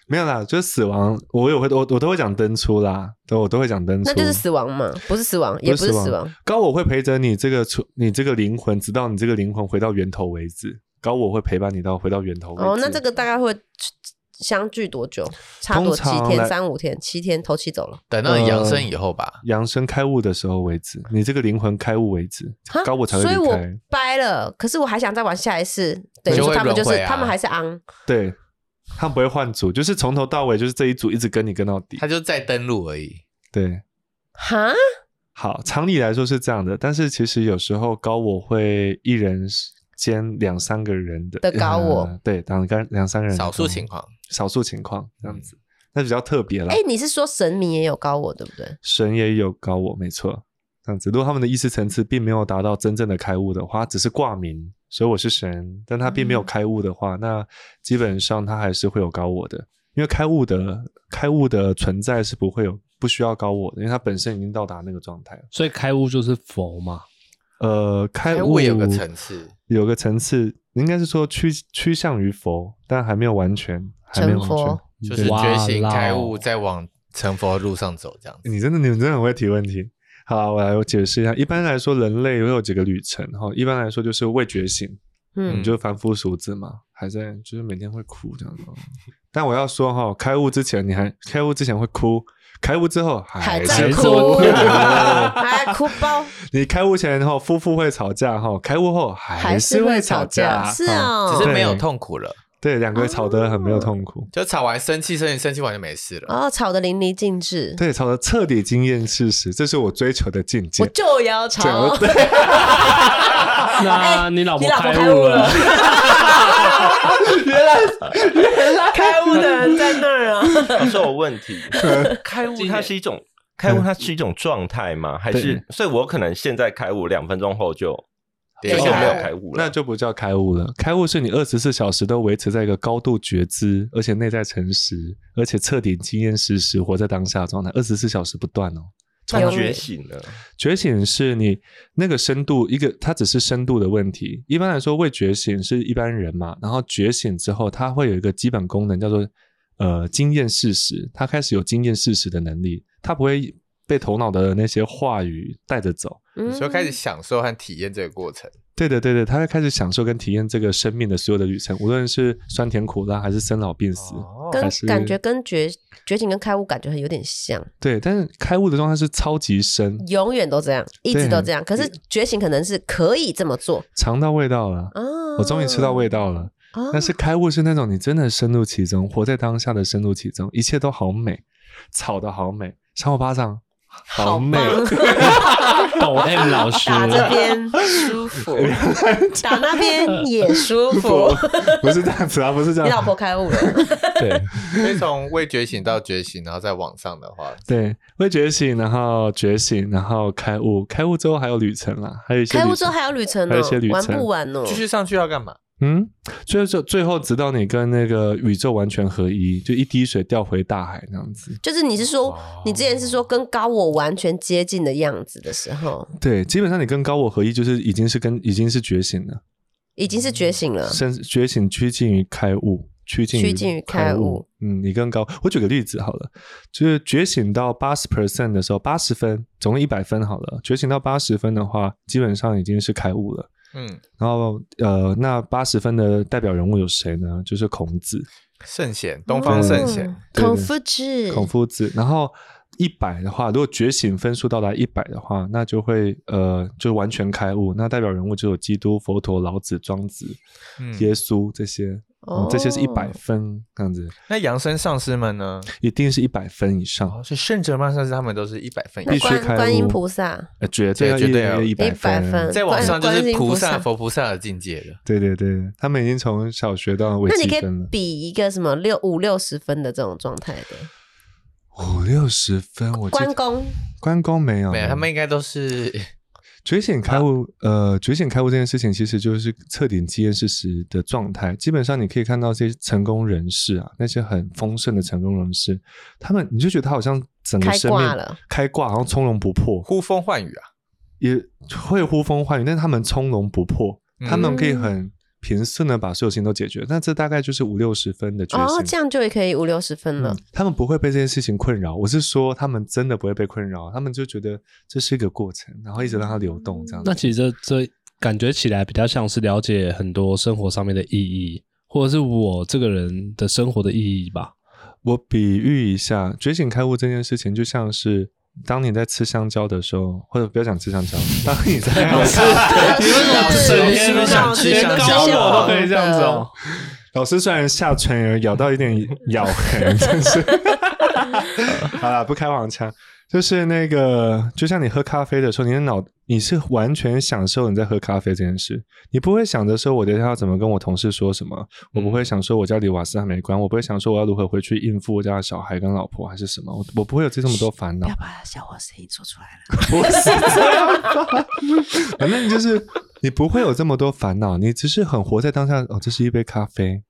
Speaker 2: 没有啦，就是死亡，我有会我我都会讲登出啦，对，我都会讲登出。
Speaker 1: 那就是死亡嘛，不是死亡，也
Speaker 2: 不
Speaker 1: 不是
Speaker 2: 死
Speaker 1: 死亡。，
Speaker 2: 高我会陪着你这个出你这个灵魂，直到你这个灵魂回到源头为止。高我会陪伴你到回到源头为止。
Speaker 1: 哦，那这个大概会相距多久？差多
Speaker 2: 通
Speaker 1: 几
Speaker 2: 常
Speaker 1: 天？
Speaker 2: 来
Speaker 1: 三五天？七天？头七走了？
Speaker 3: 等
Speaker 2: 嗯
Speaker 3: 到你养生以后吧，
Speaker 2: 扬生开悟的时候为止，你这个灵魂开悟为止
Speaker 1: 哈，
Speaker 2: 高我才会
Speaker 1: 所以
Speaker 2: 离
Speaker 1: 我
Speaker 2: 开。
Speaker 1: 掰了，可是我还想再玩下一次，等于
Speaker 3: 就
Speaker 1: 说
Speaker 3: 会
Speaker 1: 他们就
Speaker 3: 轮
Speaker 1: 是
Speaker 3: 回啊
Speaker 1: 他们还是昂，
Speaker 2: 对，他不会换组，就是从头到尾就是这一组一直跟你跟到底
Speaker 3: 他。就再登录而已。
Speaker 2: 对，
Speaker 1: 哈，
Speaker 2: 好，常理来说是这样的，但是其实有时候高我会一人间两三个人的
Speaker 1: 的高我
Speaker 2: 呃对，两个两三个人的
Speaker 3: 少数
Speaker 2: 高我
Speaker 3: 情，嗯况，
Speaker 2: 少数情况这样子，那比较特别啦
Speaker 1: 哎、。你是说神明也有高我，对不对？
Speaker 2: 神也有高我，没错，这样子。如果他们的意识层次并没有达到真正的开悟的话，只是挂名，所以我是神，但他并
Speaker 1: 嗯
Speaker 2: 没有开悟的话，那基本上他还是会有高我的，因为开悟的开悟的存在是不会有不需要高我的，因为他本身已经到达那个状态了。
Speaker 4: 所以开悟就是佛嘛，
Speaker 2: 呃，开
Speaker 3: 开
Speaker 2: 悟
Speaker 3: 悟有个层次，
Speaker 2: 有个层次，应该是说趋趋向于佛，但还没有完全，还没有完
Speaker 1: 成佛
Speaker 2: 全。
Speaker 3: 就是觉醒
Speaker 2: 哦
Speaker 4: 哇啦
Speaker 3: 开悟，再往成佛的路上走，这样子。
Speaker 2: 你真的，你们真的很会提问题。好，啊我来我解释一下。一般来说，人类会有几个旅程哈。一般来说，就是未觉醒，
Speaker 1: 嗯
Speaker 2: 你就凡夫俗子嘛，还在就是每天会哭这样子。但我要说哈，开悟之前你还开悟之前会哭，开悟之后还
Speaker 1: 还
Speaker 2: 是
Speaker 1: 在
Speaker 4: 哭
Speaker 1: 哭，
Speaker 4: 还是
Speaker 1: 还哭包，
Speaker 2: 你开悟前后夫妇会吵架哈，开悟后还
Speaker 1: 还是
Speaker 2: 会
Speaker 1: 会
Speaker 2: 吵
Speaker 1: 吵架，是
Speaker 2: 啊，
Speaker 1: 哦，
Speaker 3: 只是没有
Speaker 2: 对
Speaker 3: 痛苦了，
Speaker 2: 对，两个吵得很没有痛苦。
Speaker 3: 就吵完生气，生气生气完就没事了。
Speaker 1: 哦，吵得淋漓尽致，
Speaker 2: 对，吵得彻底经验事实，这是我追求的境界
Speaker 1: 我。就要吵哎
Speaker 2: 这。样对
Speaker 4: 那你老
Speaker 1: 你
Speaker 4: 婆
Speaker 1: 老婆
Speaker 4: 开
Speaker 1: 开
Speaker 4: 悟
Speaker 1: 悟
Speaker 4: 了
Speaker 1: 了，， 原来开悟的人在那 儿啊！
Speaker 5: 老师，我有问题，开悟它是一种开悟，它是一种状态
Speaker 2: 嗯
Speaker 5: 吗？还是所以，我可能现在开悟，两分钟后就
Speaker 3: 对
Speaker 5: 就
Speaker 2: 啊
Speaker 5: 没有开悟了。
Speaker 2: 那就不叫开悟了。开悟是你二十四小时都维持在一个高度觉知，而且内在诚实，而且彻底经验事实，活在当下的状态，二十四小时不断哦。
Speaker 5: 那觉醒了，
Speaker 2: 觉醒是你那个深度，一个它只是深度的问题。一般来说，未觉醒是一般人嘛，然后觉醒之后，它会有一个基本功能叫做呃经验事实，它开始有经验事实的能力，它不会被头脑的那些话语带着走。
Speaker 1: 嗯
Speaker 3: 所以开始享受和体验这个过程。
Speaker 2: 对的，对的，他会开始享受跟体验这个生命的所有的旅程，无论是酸甜苦辣，还是生老病死。
Speaker 1: 跟
Speaker 2: 还是
Speaker 1: 感觉跟觉觉醒跟开悟感觉很有点像，
Speaker 2: 对，但是开悟的状态是超级深，
Speaker 1: 永远都这样，一直都这
Speaker 2: 嗯
Speaker 1: 样。可是觉醒可能是可以这么做
Speaker 2: 尝到味道了，
Speaker 1: 啊！
Speaker 2: 我终于吃到味道了。
Speaker 1: 啊，
Speaker 2: 但是开悟是那种你真的深入其中，活在当下的深入其中，一切都好美，草的好美，赏我巴掌，好美。
Speaker 1: 棒
Speaker 4: 抖 M 老师，
Speaker 1: 打这边舒 服，打那边也舒服。
Speaker 2: 不是这样子啊，不 是这
Speaker 1: 你老
Speaker 2: 样。
Speaker 1: 婆开悟了，
Speaker 2: 对
Speaker 3: 所以从未觉醒到觉醒，然后再往上的话，
Speaker 2: 对，会觉醒，然后觉醒，然后开悟，开悟之后还有旅程啦，还有一些
Speaker 1: 开悟
Speaker 2: 旅
Speaker 1: 之后还有旅程
Speaker 2: 还
Speaker 1: 哦
Speaker 2: 有一些旅，程
Speaker 1: 玩不完哦
Speaker 3: 继？续上去要干嘛？
Speaker 2: 嗯，所以就最后直到你跟那个宇宙完全合一，就一滴水掉回大海那样子。
Speaker 1: 就是你是说，你之前是说跟高我完全接近的样子的时候，
Speaker 2: 对，基本上你跟高我合一，就是已经是跟已经是觉醒了，
Speaker 1: 已经是觉醒了。
Speaker 2: 甚至觉醒趋近于开悟，趋近于
Speaker 1: 趋近于
Speaker 2: 开
Speaker 1: 开
Speaker 2: 悟
Speaker 1: 悟。
Speaker 2: 嗯，你跟高，我举个例子好了，就是觉醒到八十 percent 的时候，八十分，总共一百分好了，觉醒到八十分的话，基本上已经是开悟了。
Speaker 3: 嗯，
Speaker 2: 然后，呃，那八十分的代表人物有谁呢？就是孔子。
Speaker 3: 圣贤，东
Speaker 2: 嗯
Speaker 3: 方圣贤，
Speaker 1: 哦
Speaker 2: 对对
Speaker 1: 孔夫子，
Speaker 2: 孔夫子。然后一百的话，如果觉醒分数到达一百的话，那就会呃，就完全开悟。那代表人物就有基督、佛陀、老子、庄子、
Speaker 3: 嗯
Speaker 2: 耶稣这些。嗯
Speaker 1: 哦
Speaker 2: 这些是一百分这样子，
Speaker 3: 那扬声上师们呢？
Speaker 2: 一定是一百分以上，
Speaker 3: 哦，是圣哲曼上师，他们都是一百分以
Speaker 1: 那
Speaker 2: 必须
Speaker 3: 上。
Speaker 1: 观
Speaker 2: 开悟
Speaker 1: 观音菩萨，
Speaker 2: 呃，绝对
Speaker 3: 对
Speaker 2: 要
Speaker 3: 绝对要
Speaker 2: 一百
Speaker 1: 100分
Speaker 3: 再往上就
Speaker 1: 观
Speaker 3: 是
Speaker 1: 世音
Speaker 3: 菩
Speaker 1: 菩
Speaker 3: 萨、
Speaker 1: 萨
Speaker 3: 佛菩萨的境界了。
Speaker 2: 对对对，他们已经从小学到微
Speaker 1: 那你
Speaker 2: 积
Speaker 1: 可以
Speaker 2: 分了，
Speaker 1: 比一个什么六五六十分的这种状态的
Speaker 2: 五六十分，我记得
Speaker 1: 关公，
Speaker 2: 关公没有，
Speaker 3: 没有，他们应该都是
Speaker 2: 觉醒开悟，呃，觉醒开悟这件事情其实就是彻底经验事实的状态。基本上你可以看到这些成功人士啊，那些很丰盛的成功人士，他们你就觉得他好像整个
Speaker 1: 开
Speaker 2: 生命
Speaker 1: 挂了，
Speaker 2: 开挂好像从容不迫，
Speaker 3: 呼风唤雨啊。
Speaker 2: 也会呼风唤雨，但是他们从容不迫，
Speaker 3: 嗯
Speaker 2: 他们可以很平顺的把所有事情都解决。那这大概就是五六十分的觉醒。
Speaker 1: 哦，这样就也可以五六十分了
Speaker 2: 嗯。他们不会被这件事情困扰，我是说他们真的不会被困扰，他们就觉得这是一个过程，然后一直让它流动这样
Speaker 1: 嗯
Speaker 2: 子。
Speaker 4: 那其实这这感觉起来比较像是了解很多生活上面的意义，或者是我这个人的生活的意义吧。
Speaker 2: 我比喻一下，觉醒开悟这件事情，就像是当你在吃香蕉的时候，或者不要讲吃香蕉，当 你在老师
Speaker 1: 你为什么
Speaker 3: 整天都想 吃香蕉
Speaker 4: 我都可以这样 子哦。
Speaker 2: 老师虽然下唇有咬到一点咬痕，但是好啦，不开黄腔，就是那个，就像你喝咖啡的时候，你的脑你是完全享受你在喝咖啡这件事，你不会想着说我等一下要怎么跟我同事说什么，我不
Speaker 4: 嗯
Speaker 2: 会想说我家里瓦斯还没关，我不会想说我要如何回去应付我家的小孩跟老婆还是什么，我我不会有这么多烦恼
Speaker 1: 不要。把小伙声音做出来了。
Speaker 2: 不是这样吧？反正就是你不会有这么多烦恼，你只是很活在当下。哦，这是一杯咖啡，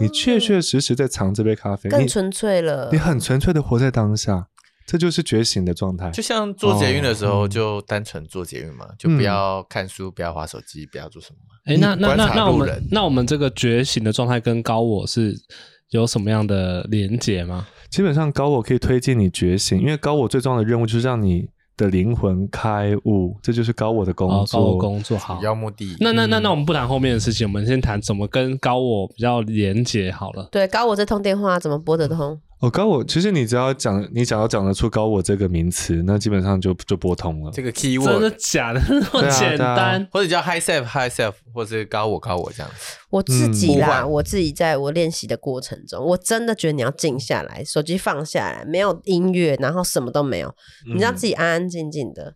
Speaker 2: 你确确实实在尝这杯咖啡，
Speaker 1: 哦更
Speaker 2: 你
Speaker 1: 纯粹了
Speaker 2: 你很纯粹的活在当下，这就是觉醒的状态。
Speaker 3: 就像做捷运的时
Speaker 2: 哦
Speaker 3: 候，
Speaker 2: 嗯
Speaker 3: 就单纯做捷运嘛，就不要看书，不要划手机，不要做什么嘛。
Speaker 4: 哎，那那
Speaker 3: 观
Speaker 4: 那
Speaker 3: 察
Speaker 4: 那我
Speaker 3: 路
Speaker 4: 们
Speaker 3: 人
Speaker 4: 那我们这个觉醒的状态跟高我是有什么样的连结吗？
Speaker 2: 基本上高我可以推进你觉醒，因为高我最重要的任务就是让你的灵魂开悟，这就是高我的工
Speaker 4: 哦，
Speaker 2: 作。
Speaker 4: 高我工作好
Speaker 3: 主。要目的
Speaker 4: 那那那那我们不谈后面的事情，我们先谈怎么跟高我比较连结好了。
Speaker 1: 对，搞我这通电话怎么拨得通？
Speaker 2: 哦，高我其实你只要讲，你只要讲得出高我这个名词，那基本上就就拨通了。
Speaker 3: 这个 key
Speaker 4: 真的
Speaker 3: word，
Speaker 4: 假的？那么
Speaker 2: 对啊
Speaker 4: 简
Speaker 2: 对啊
Speaker 4: 单？
Speaker 3: 或者叫 high self high self，或是高我高我这样子。
Speaker 1: 我自己
Speaker 3: 嗯互
Speaker 1: 啦，
Speaker 3: 换
Speaker 1: 我自己在我练习的过程中，我真的觉得你要静下来，手机放下来，没有音乐，然后什么都没有，你让自己安安静静的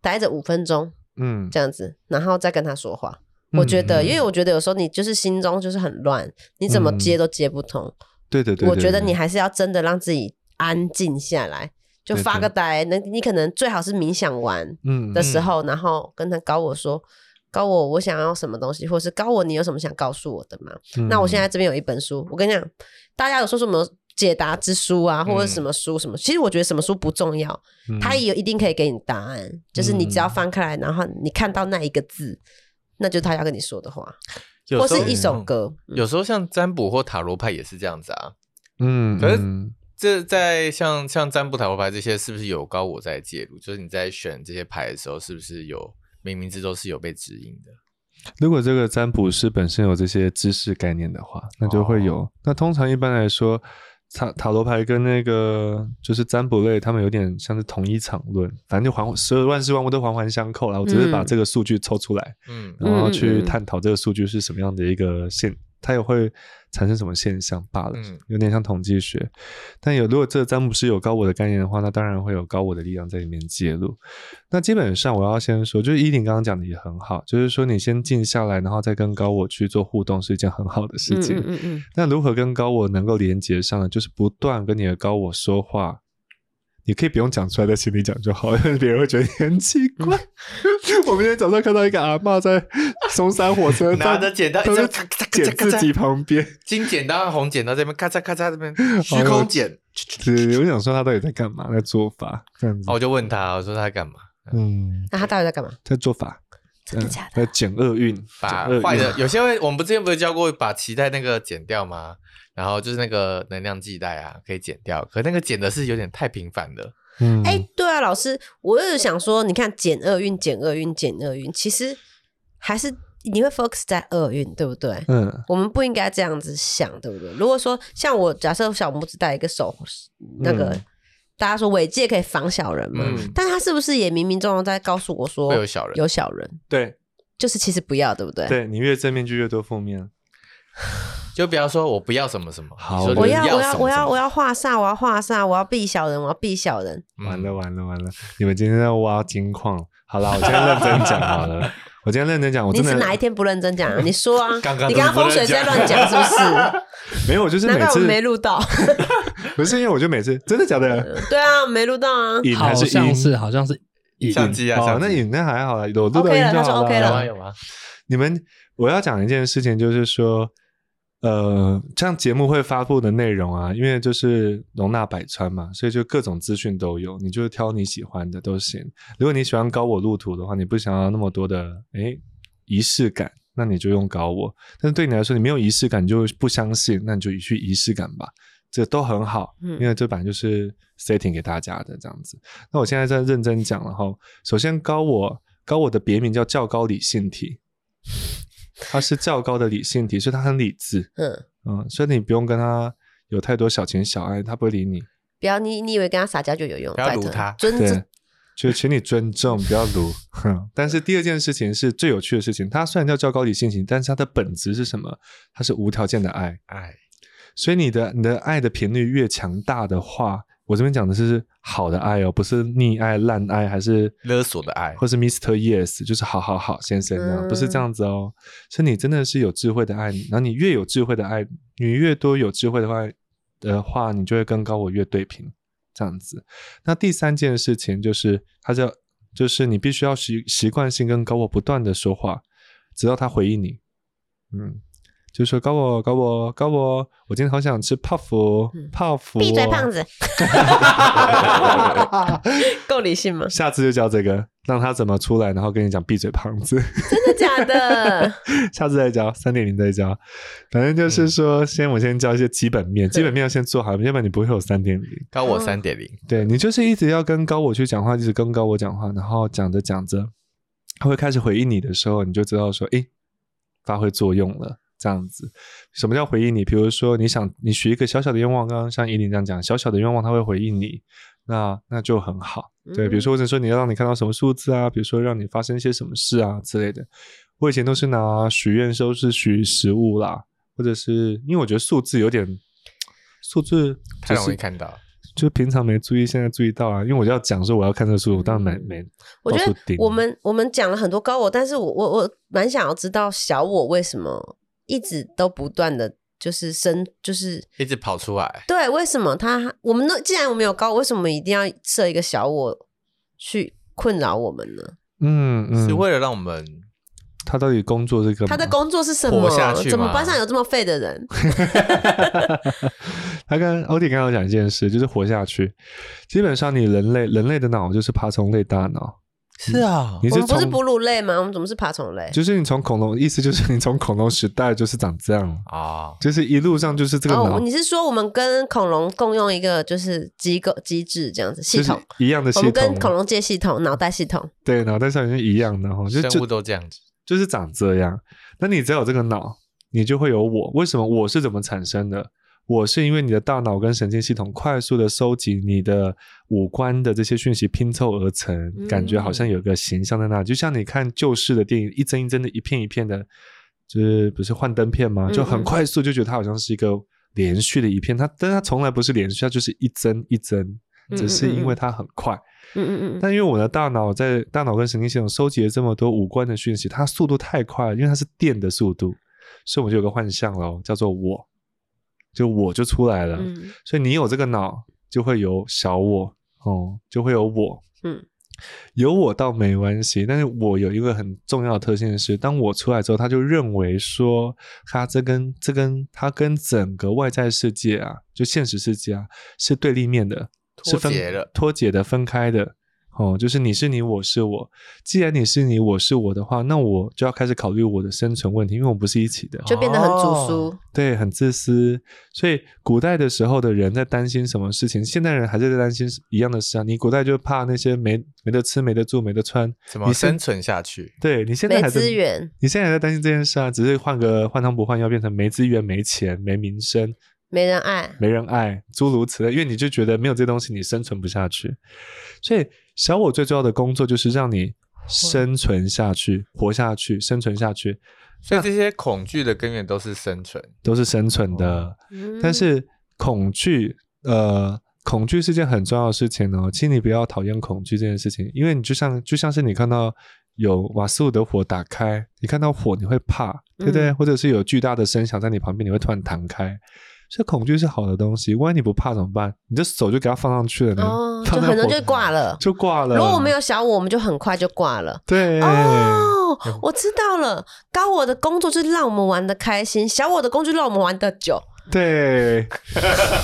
Speaker 1: 待着五分钟
Speaker 2: 嗯，
Speaker 1: 这样子，然后再跟他说话。我觉得，
Speaker 2: 嗯
Speaker 1: 因为我觉得有时候你就是心中就是很乱，你怎么接都接不通。
Speaker 2: 对的对的。
Speaker 1: 我觉得
Speaker 2: 对
Speaker 1: 你还是要真的让自己安静下来，就
Speaker 2: 对
Speaker 1: 发
Speaker 2: 对
Speaker 1: 个呆。那你可能最好是冥想完，
Speaker 2: 嗯
Speaker 1: 的时候，然后跟他高我说。高我，我想要什么东西，或是高我，你有什么想告诉我的吗？
Speaker 2: 嗯
Speaker 1: 那我现在这边有一本书，我跟你讲，大家有说什么解答之书啊，或者
Speaker 3: 嗯
Speaker 1: 什么书什么？其实我觉得什么书不重要，
Speaker 2: 嗯
Speaker 1: 它也有一定可以给你答案，就是你只要翻开来，然后你看到那一个字，那就是他要跟你说的话，
Speaker 3: 有
Speaker 1: 或
Speaker 3: 时候嗯
Speaker 1: 是一首，歌。
Speaker 3: 有时候像占卜或塔罗牌也是这样子啊。
Speaker 2: 嗯，
Speaker 3: 可是
Speaker 2: 嗯
Speaker 3: 这在像像占卜、塔罗牌这些，是不是有高我在介入？就是你在选这些牌的时候，是不是有冥冥之中是有被指引的？
Speaker 2: 如果这个占卜师本身有这些知识概念的话，那就会有。那通常一般来说，塔塔罗牌跟那个就是占卜类，他们有点像是同一场论，反正就环十二万事万物都环环相扣啦。我只是把
Speaker 1: 嗯
Speaker 2: 这个数据抽出来，
Speaker 3: 嗯，
Speaker 1: 嗯
Speaker 2: 然后去探讨这个数据是什么样的一个现，它也会产生什么现象罢了，
Speaker 3: 嗯
Speaker 2: 有点像统计学。但有如果这个占卜师有高我的概念的话，那当然会有高我的力量在里面介入。那基本上我要先说，就是依林刚刚讲的也很好，就是说你先静下来，然后再跟高我去做互动是一件很好的事
Speaker 1: 嗯
Speaker 2: 情。
Speaker 1: 嗯嗯嗯，
Speaker 2: 那如何跟高我能够连接上呢？就是不断跟你的高我说话。你可以不用讲出来，在心里讲就好，因为别人会觉得你很奇怪。
Speaker 3: 嗯
Speaker 2: 我们今天早上看到一个阿嬷在松山火车
Speaker 3: 拿
Speaker 2: 站
Speaker 3: 着剪刀，
Speaker 2: 她
Speaker 3: 一直
Speaker 2: 在
Speaker 3: 咔嚓咔
Speaker 2: 剪
Speaker 3: 嚓咔
Speaker 2: 自己
Speaker 3: 嚓，
Speaker 2: 旁边，
Speaker 3: 金剪刀、红剪刀这边咔嚓咔嚓这 边虚空剪。
Speaker 2: 对，我想说她到底在干嘛，在做法这样子
Speaker 3: 哦，。我就问他，我说他在干嘛？
Speaker 2: 嗯，
Speaker 1: 那他到底在干嘛？
Speaker 2: 在做法，嗯
Speaker 1: 真的假的？
Speaker 2: 在减厄运，
Speaker 3: 把
Speaker 2: 减厄
Speaker 3: 坏
Speaker 2: 运
Speaker 3: 呃的，有些会，我们不之前不是教过把脐带那个剪掉吗？然后就是那个能量系带啊，可以剪掉，可那个剪的是有点太频繁了。
Speaker 2: 嗯，
Speaker 1: 哎、对啊，老师，我就是想说，你看减厄运、减厄运、减厄运，其实还是你会 focus 在厄运，对不对？
Speaker 2: 嗯，
Speaker 1: 我们不应该这样子想，对不对？如果说像我，假设小拇指戴一个手，那个、
Speaker 2: 嗯
Speaker 1: 大家说尾戒可以防小人嘛，
Speaker 3: 嗯
Speaker 1: 但他是不是也冥冥中中在告诉我说
Speaker 3: 会有小人
Speaker 1: 有小人，
Speaker 2: 对，
Speaker 1: 就是其实不要，对不对？
Speaker 2: 对你越正面就越多负面，
Speaker 3: 就比方说我不要什么什么，
Speaker 2: 好
Speaker 3: 你说你
Speaker 1: 我要
Speaker 3: 要
Speaker 1: 我
Speaker 3: 什
Speaker 1: 要
Speaker 3: 么
Speaker 1: 我
Speaker 3: 什
Speaker 1: 要
Speaker 3: 么
Speaker 1: 我要画煞，我要画煞，我要避小人，我要避小人。
Speaker 3: 嗯
Speaker 2: 完了完了完了！你们今天在挖金矿。好啦，我今天认真讲好 了。我今天认真讲，我
Speaker 1: 你
Speaker 2: 真
Speaker 1: 是
Speaker 2: 的
Speaker 1: 哪一天不认真讲、啊？你说啊，
Speaker 3: 刚刚
Speaker 1: 你
Speaker 3: 都
Speaker 1: 刚刚
Speaker 3: 是不
Speaker 1: 风水
Speaker 3: 认
Speaker 1: 在
Speaker 3: 真
Speaker 1: 乱讲是不是？
Speaker 2: 没有，我就是
Speaker 1: 难
Speaker 2: 每
Speaker 1: 怪我
Speaker 2: 次
Speaker 1: 们没录到。
Speaker 2: 不是因为我就每次真的假的
Speaker 1: 对啊，没录到啊。
Speaker 2: 影还
Speaker 4: 好
Speaker 2: 是
Speaker 4: 像
Speaker 2: 音
Speaker 4: 是好像是影
Speaker 3: 相机啊，
Speaker 2: 哦，
Speaker 3: 相
Speaker 2: 那
Speaker 3: 机
Speaker 2: 影那还好啦，我录到
Speaker 1: OK
Speaker 2: 音
Speaker 1: 了
Speaker 2: 就
Speaker 1: 他说
Speaker 2: 好
Speaker 1: OK
Speaker 3: 有
Speaker 1: 了
Speaker 3: 啊
Speaker 2: 了。
Speaker 3: 有啊，
Speaker 2: 你们我要讲一件事情，就是说，呃，像节目会发布的内容啊，因为就是容纳百川嘛，所以就各种资讯都有，你就挑你喜欢的都行。如果你喜欢高我路途的话，你不想要那么多的诶仪式感，那你就用高我。但是对你来说，你没有仪式感，你就不相信，那你就去仪式感吧。这都很好，
Speaker 1: 嗯
Speaker 2: 因为这版就是 setting 给大家的这样子。那我现在在认真讲了哈。首先，高我高我的别名叫较高理性体，它是较高的理性体，所以它很理智，
Speaker 1: 嗯，
Speaker 2: 嗯，所以你不用跟他有太多小情小爱，他不会理你。
Speaker 1: 不要你你以为跟他撒娇就有用？
Speaker 3: 不要
Speaker 1: 拜
Speaker 3: 撸
Speaker 1: 托
Speaker 3: 他
Speaker 1: 尊
Speaker 2: 对
Speaker 1: 重。，
Speaker 2: 就请你尊重，不要 撸。哼但是第二件事情是最有趣的事情，它虽然叫较高理性体，但是它的本质是什么？它是无条件的爱。
Speaker 3: 哎，
Speaker 2: 所以你的你的爱的频率越强大的话，我这边讲的是好的爱哦，不是溺爱、滥爱，还是
Speaker 3: 勒索的爱
Speaker 2: 或是 Mister Yes，就是好好好先生那样，不是这样子哦。是你真的是有智慧的爱，然后你越有智慧的爱，你越多有智慧的话的话，你就会跟高我越对平这样子。那第三件事情就是，他叫就是你必须要习习惯性跟高我不断的说话，直到他回应你。嗯，就是说高我高我高我，我今天好想吃泡芙
Speaker 1: 嗯
Speaker 2: 泡芙，？
Speaker 1: 闭嘴，胖子， 够理性吗
Speaker 2: 下次就教这个，让他怎么出来，然后跟你讲闭嘴胖子。
Speaker 1: 真的假的？
Speaker 2: 下次再教三点零再教，反正
Speaker 1: 嗯
Speaker 2: 就是说，先我先教一些基本面，基本面要先做好，要不然你不会有三点零。
Speaker 3: 高我
Speaker 1: 嗯
Speaker 3: 三点零，
Speaker 2: 对你就是一直要跟高我去讲话，一直跟高我讲话，然后讲着讲着，他会开始回应你的时候，你就知道说，诶，发挥作用了。这样子，什么叫回应你？比如说，你想你许一个小小的愿望，刚刚像依林这样讲，小小的愿望他会回应你，那那就很好。对，比如
Speaker 3: 嗯
Speaker 2: 说或者说你要让你看到什么数字啊，比如说让你发生一些什么事啊之类的。我以前都是拿许愿收是许食物啦，或者是因为我觉得数字有点数字
Speaker 3: 太
Speaker 2: 就是
Speaker 3: 容易看到。
Speaker 2: 就平常没注意，现在注意到啊，因为我要讲说我要看这个数，我当然没没。
Speaker 1: 嗯我觉
Speaker 2: 到
Speaker 1: 得
Speaker 2: 处盯
Speaker 1: 我们我们讲了很多高我，但是我我我蛮想要知道小我为什么一直都不断的就是生就是
Speaker 3: 一直跑出来，
Speaker 1: 对，为什么他我们那既然我们有高我，为什么一定要设一个小我去困扰我们呢？
Speaker 2: 嗯
Speaker 3: 是
Speaker 2: 嗯，
Speaker 3: 为了让我们
Speaker 2: 他到底工作这个
Speaker 1: 他的工作是什么
Speaker 3: 活下去？吗
Speaker 1: 怎么班上有这么废的人？
Speaker 2: 他跟欧弟刚刚讲一件事，就是活下去。基本上你人类人类的脑就是爬虫类大脑，
Speaker 3: 是啊
Speaker 2: 你
Speaker 1: 我
Speaker 2: 是
Speaker 1: 们不是
Speaker 2: 从
Speaker 1: 哺乳类吗？我们怎么是爬虫类？
Speaker 2: 就是你从恐龙，意思就是你从恐龙时代就是长这样，
Speaker 3: 啊，
Speaker 2: 就是一路上就是这个脑
Speaker 1: 哦，你是说我们跟恐龙共用一个就是机构机制这样子系
Speaker 2: 就是
Speaker 1: 统？
Speaker 2: 一样的
Speaker 1: 我
Speaker 2: 系
Speaker 1: 们跟恐
Speaker 2: 统，
Speaker 1: 龙界系统、脑袋系统，
Speaker 2: 对，脑袋上也是一样的哈，就
Speaker 3: 生物
Speaker 2: 就
Speaker 3: 都这样子，
Speaker 2: 就是长这样。那你只要有这个脑，你就会有我。为什么我是怎么产生的？我是因为你的大脑跟神经系统快速的收集你的五官的这些讯息拼凑而成，感觉
Speaker 1: 嗯
Speaker 2: 好像有个形象在那，就像你看旧式的电影，一帧一帧的，一片一片的，就是不是幻灯片吗？
Speaker 1: 嗯
Speaker 2: 就很
Speaker 1: 嗯
Speaker 2: 快速就觉得它好像是一个连续的一片，它但它从来不是连续，它就是一帧一帧，只是因为它很快。
Speaker 1: 嗯嗯嗯嗯，
Speaker 2: 但因为我的大脑在大脑跟神经系统收集了这么多五官的讯息，它速度太快了，因为它是电的速度，所以我们就有个幻象喽，叫做我，就我就出来了。
Speaker 1: 嗯
Speaker 2: 所以你有这个脑，就会有小我，哦、就会有我，
Speaker 1: 嗯，
Speaker 2: 有我倒没关系。但是我有一个很重要的特性是，当我出来之后，他就认为说，他这跟这跟他跟整个外在世界啊，就现实世界啊，是对立面的，
Speaker 3: 脱
Speaker 2: 是分
Speaker 3: 节了
Speaker 2: 脱节的、分开的。哦，就是你是你，我是我。既然你是你，我是我的话，那我就要开始考虑我的生存问题，因为我们不是一起的。
Speaker 1: 就变得很主
Speaker 3: 哦
Speaker 1: 疏。
Speaker 2: 对，很自私。所以古代的时候的人在担心什么事情，现代人还是在担心一样的事啊。你古代就怕那些没没得吃、没得住、没得穿，
Speaker 3: 怎么
Speaker 2: 你是
Speaker 3: 生存下去？
Speaker 2: 对你现在
Speaker 1: 没
Speaker 2: 还在
Speaker 1: 资，源，
Speaker 2: 你现在还在担心这件事啊，只是换个换汤不换药，变成没资源、没钱、没名声、
Speaker 1: 没人爱。
Speaker 2: 没人爱，诸如此类。因为你就觉得没有这东西，你生存不下去。所以小我最重要的工作就是让你生存下去、活下去、生存下去，啊
Speaker 3: 所以这些恐惧的根源都是生存，
Speaker 2: 都是生存的。
Speaker 1: 嗯
Speaker 2: 但是恐惧，呃，恐惧是件很重要的事情哦。请你不要讨厌恐惧这件事情，因为你就像就像是你看到有瓦斯炉的火打开，你看到火你会怕，对不对？
Speaker 1: 嗯
Speaker 2: 或者是有巨大的声响在你旁边，你会突然弹开。所以恐惧是好的东西，万一你不怕怎么办？你的手就给它放上去了呢，
Speaker 1: 哦，就
Speaker 2: 放在
Speaker 1: 很容易
Speaker 2: 火
Speaker 1: 就挂了。
Speaker 2: 就挂了。
Speaker 1: 如果我没有小我，我们就很快就挂了。
Speaker 2: 对，
Speaker 1: 哦，我知道了。高我的工作就是让我们玩的开心，小我的工作就让我们玩的久。
Speaker 2: 对，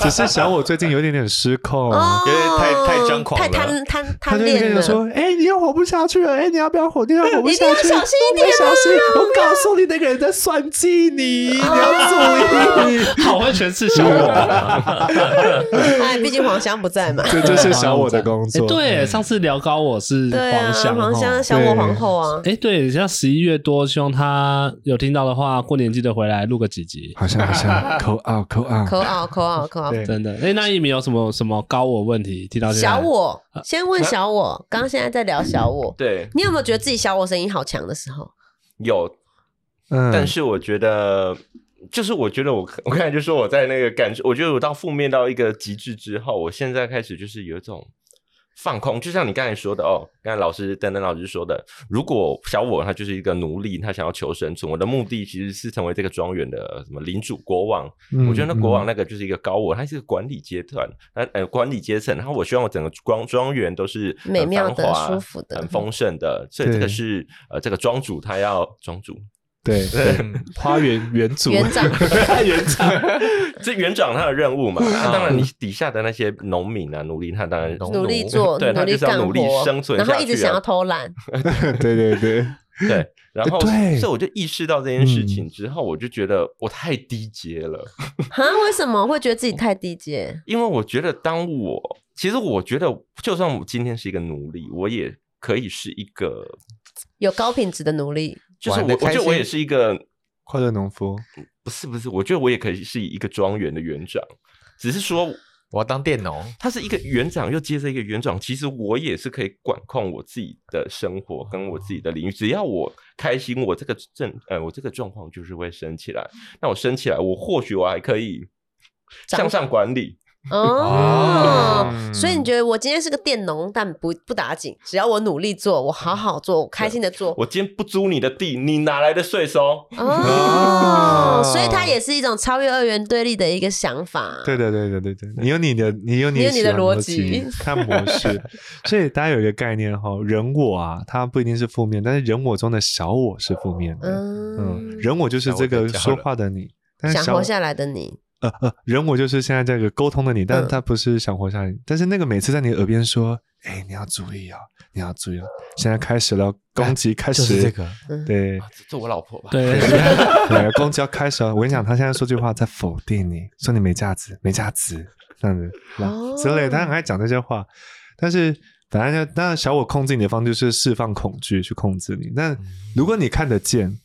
Speaker 2: 只是小我最近有一点点失控。
Speaker 1: 哦，
Speaker 3: 因为太太张狂
Speaker 1: 太
Speaker 3: 了
Speaker 1: 贪贪
Speaker 2: 他
Speaker 1: 贪
Speaker 2: 就会
Speaker 1: 恋
Speaker 2: 跟你说
Speaker 1: 了。：“
Speaker 2: 哎、你又活不下去了，哎、你要不要活？你要活不下
Speaker 1: 一
Speaker 2: 去，
Speaker 1: 定要小心一点啊
Speaker 2: 你要小心！我告诉你，那个人在算计你，
Speaker 1: 啊
Speaker 2: 你要注意。
Speaker 4: 好会诠释小我，
Speaker 1: 哎，毕竟黄香不在嘛。
Speaker 2: 这就是小我的工
Speaker 4: 哎
Speaker 2: 作。
Speaker 4: 对，上次聊高我是
Speaker 1: 对啊，
Speaker 4: 黄香，
Speaker 1: 黄
Speaker 2: 哦
Speaker 1: 香小我皇后啊。
Speaker 4: 哎，对，像十一月多，希望他有听到的话，过年记得回来录个几集。
Speaker 2: 好像好像扣 out 扣 out，
Speaker 1: 口耳口耳口耳。
Speaker 2: 对，
Speaker 4: 真的，哎，那一鸣有什么什么高我问题？听到现在
Speaker 1: 小，我，
Speaker 2: 啊
Speaker 1: 先问小我，刚刚现在在聊小我，
Speaker 5: 对，
Speaker 1: 你有 没有觉得自己小我声音好强的时候？
Speaker 5: 有，
Speaker 2: 嗯
Speaker 5: 但是我觉得就是我觉得我 我刚才就说我在那个感受，我觉得我到负面到一个极致之后，我现在开始就是有一种放空，就像你刚才说的哦，刚才老师丹丹老师说的，如果小我他就是一个奴隶，他想要求生存，我的目的其实是成为这个庄园的什么领主国王，
Speaker 2: 嗯
Speaker 5: 我觉得那国王那个就是一个高我，他是个管理阶段，那呃管理阶层，然后我希望我整个庄庄园都是很
Speaker 1: 美妙的
Speaker 5: 繁华
Speaker 1: 舒服的嗯
Speaker 5: 很丰盛的，所以这个
Speaker 2: 对
Speaker 5: 是呃这个庄主他要庄主
Speaker 2: 对对，花园园主
Speaker 1: 园长
Speaker 2: 园长，
Speaker 5: 这园长他的任务嘛，那
Speaker 2: 嗯
Speaker 5: 当然你底下的那些农民啊、奴隶，他当然
Speaker 1: 努力做，
Speaker 5: 对，
Speaker 1: 努
Speaker 5: 他
Speaker 1: 力
Speaker 5: 就是要
Speaker 1: 干
Speaker 5: 努力
Speaker 1: 活，
Speaker 5: 生存下
Speaker 1: 然
Speaker 5: 去啊，
Speaker 1: 后一直想要偷懒，
Speaker 2: 对对对，
Speaker 5: 对，然后
Speaker 2: 呃对嗯
Speaker 5: 所以我就意识到这件事情之后，我就觉得我太低阶了，
Speaker 1: 哈，为什么会觉得自己太低阶？
Speaker 5: 因为我觉得当我其实我觉得，就算我今天是一个奴隶，我也可以是一个，
Speaker 1: 有高品质的努力，
Speaker 5: 就是
Speaker 3: 玩
Speaker 5: 我
Speaker 3: 得
Speaker 5: 我
Speaker 3: 开
Speaker 5: 觉得我也
Speaker 3: 心
Speaker 5: 是一个，
Speaker 2: 快乐农夫，
Speaker 5: 不是不是，我觉得我也可以是一个庄园的园长，只是说
Speaker 3: 我要当佃农，
Speaker 5: 他是一个园长，又接着一个园长。其实我也是可以管控我自己的生活跟我自己的领域，只要我开心，我这个症呃，我这个状况就是会升起来。那我升起来，我或许我还可以
Speaker 1: 掌
Speaker 5: 向上管理。
Speaker 1: 哦，
Speaker 5: 啊
Speaker 2: 嗯
Speaker 1: 所以你觉得我今天是个佃农，但不不打紧，只要我努力做，我好好做，我开心的做。
Speaker 5: 我今天不租你的地，你哪来的税收？
Speaker 1: 哦
Speaker 2: 哦，
Speaker 1: 所以它
Speaker 5: 啊
Speaker 1: 也是一种超越二元对立的一个想法。
Speaker 2: 对的对的对对，你有你的，你有
Speaker 1: 你有
Speaker 2: 喜
Speaker 1: 你的
Speaker 2: 欢
Speaker 1: 逻
Speaker 2: 逻辑
Speaker 1: 辑
Speaker 2: 看模 式，所以大家有一个概念哈，人我啊，它不一定是负面，但是人我中的小我是负面的，嗯，
Speaker 1: 嗯，
Speaker 2: 人我就是这
Speaker 3: 小我
Speaker 2: 个
Speaker 3: 太假了
Speaker 2: 说话的你，但是
Speaker 1: 想
Speaker 2: 小我
Speaker 1: 活下来的你，
Speaker 2: 呃呃，人我就是现在这个沟通的你，但
Speaker 1: 嗯
Speaker 2: 他不是想活下来，但是那个每次在你耳边说，哎，你要注意哦，你要注意哦，现在开始了，攻击开始，
Speaker 3: 就是这个，
Speaker 1: 嗯
Speaker 2: 对
Speaker 5: 啊、这这我老婆吧。
Speaker 4: 对，
Speaker 2: 对，攻击要开始了。我跟你讲，他现在说句话在否定你，说你没价值，没价值这样子啦
Speaker 1: 哦
Speaker 2: 之类的，他很爱讲这些话。但是，当然，当然，小我控制你的方式是释放恐惧去控制你。但
Speaker 3: 嗯
Speaker 2: 如果你看得见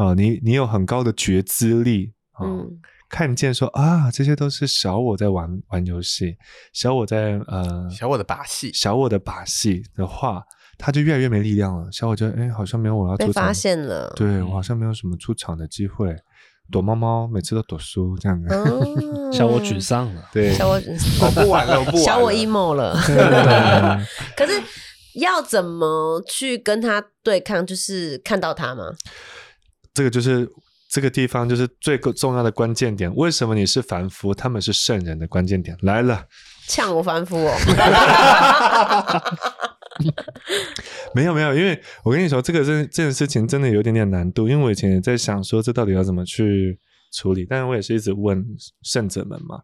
Speaker 2: 啊、你你有很高的觉知力啊。
Speaker 1: 嗯，
Speaker 2: 看见说啊，这些都是小我在玩玩游戏，小我在呃
Speaker 3: 小我的把戏，
Speaker 2: 小我的把戏的话，他就越来越没力量了。小我觉得哎，好像没有我要
Speaker 1: 被
Speaker 2: 出场
Speaker 1: 发
Speaker 2: 的
Speaker 1: 现了。
Speaker 2: 对我好像没有什么出场的机会，躲猫猫每次都躲输这样子。
Speaker 1: 哦
Speaker 4: 小 我沮丧了。
Speaker 2: 对，
Speaker 1: 小 我
Speaker 5: 我不玩了，我不玩了。
Speaker 1: 小我 emo 了。
Speaker 2: 对
Speaker 1: 可是要怎么去跟他对抗？就是看到他吗？
Speaker 2: 这个就是这个地方就是最重要的关键点。为什么你是凡夫，他们是圣人的关键点来了？
Speaker 1: 呛我凡夫哦，
Speaker 2: 没有没有，因为我跟你说，这个这这件事情真的有一点点难度，因为我以前也在想说，这到底要怎么去处理？但我也是一直问圣者们嘛。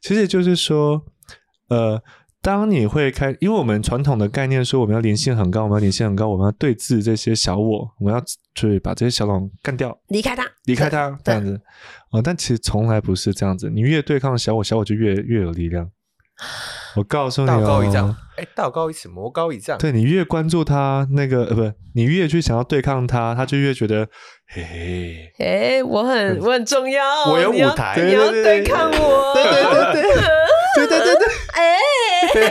Speaker 2: 其实就是说，呃，当你会开，因为我们传统的概念说我们要灵性很高，我们要灵性很高，我们要对峙这些小我，我们要去把这些小龙干掉，
Speaker 1: 离开他，
Speaker 2: 离开它这样子。哦，但其实从来不是这样子，你越对抗小我，小我就越越有力量。我告诉你
Speaker 3: 道
Speaker 2: 哦，
Speaker 3: 高一丈，哎，道高一尺，魔高一丈，
Speaker 2: 对你越关注他，那个呃，不，你越去想要对抗他，他就越 觉得，嘿嘿，
Speaker 1: 哎、我很我很重要，
Speaker 3: 我有
Speaker 1: 你要
Speaker 3: 舞台
Speaker 1: 你要
Speaker 2: 对对
Speaker 1: 对
Speaker 2: 对
Speaker 1: 抗我，对对 对对，
Speaker 2: 对对对
Speaker 1: 哎、
Speaker 2: 对，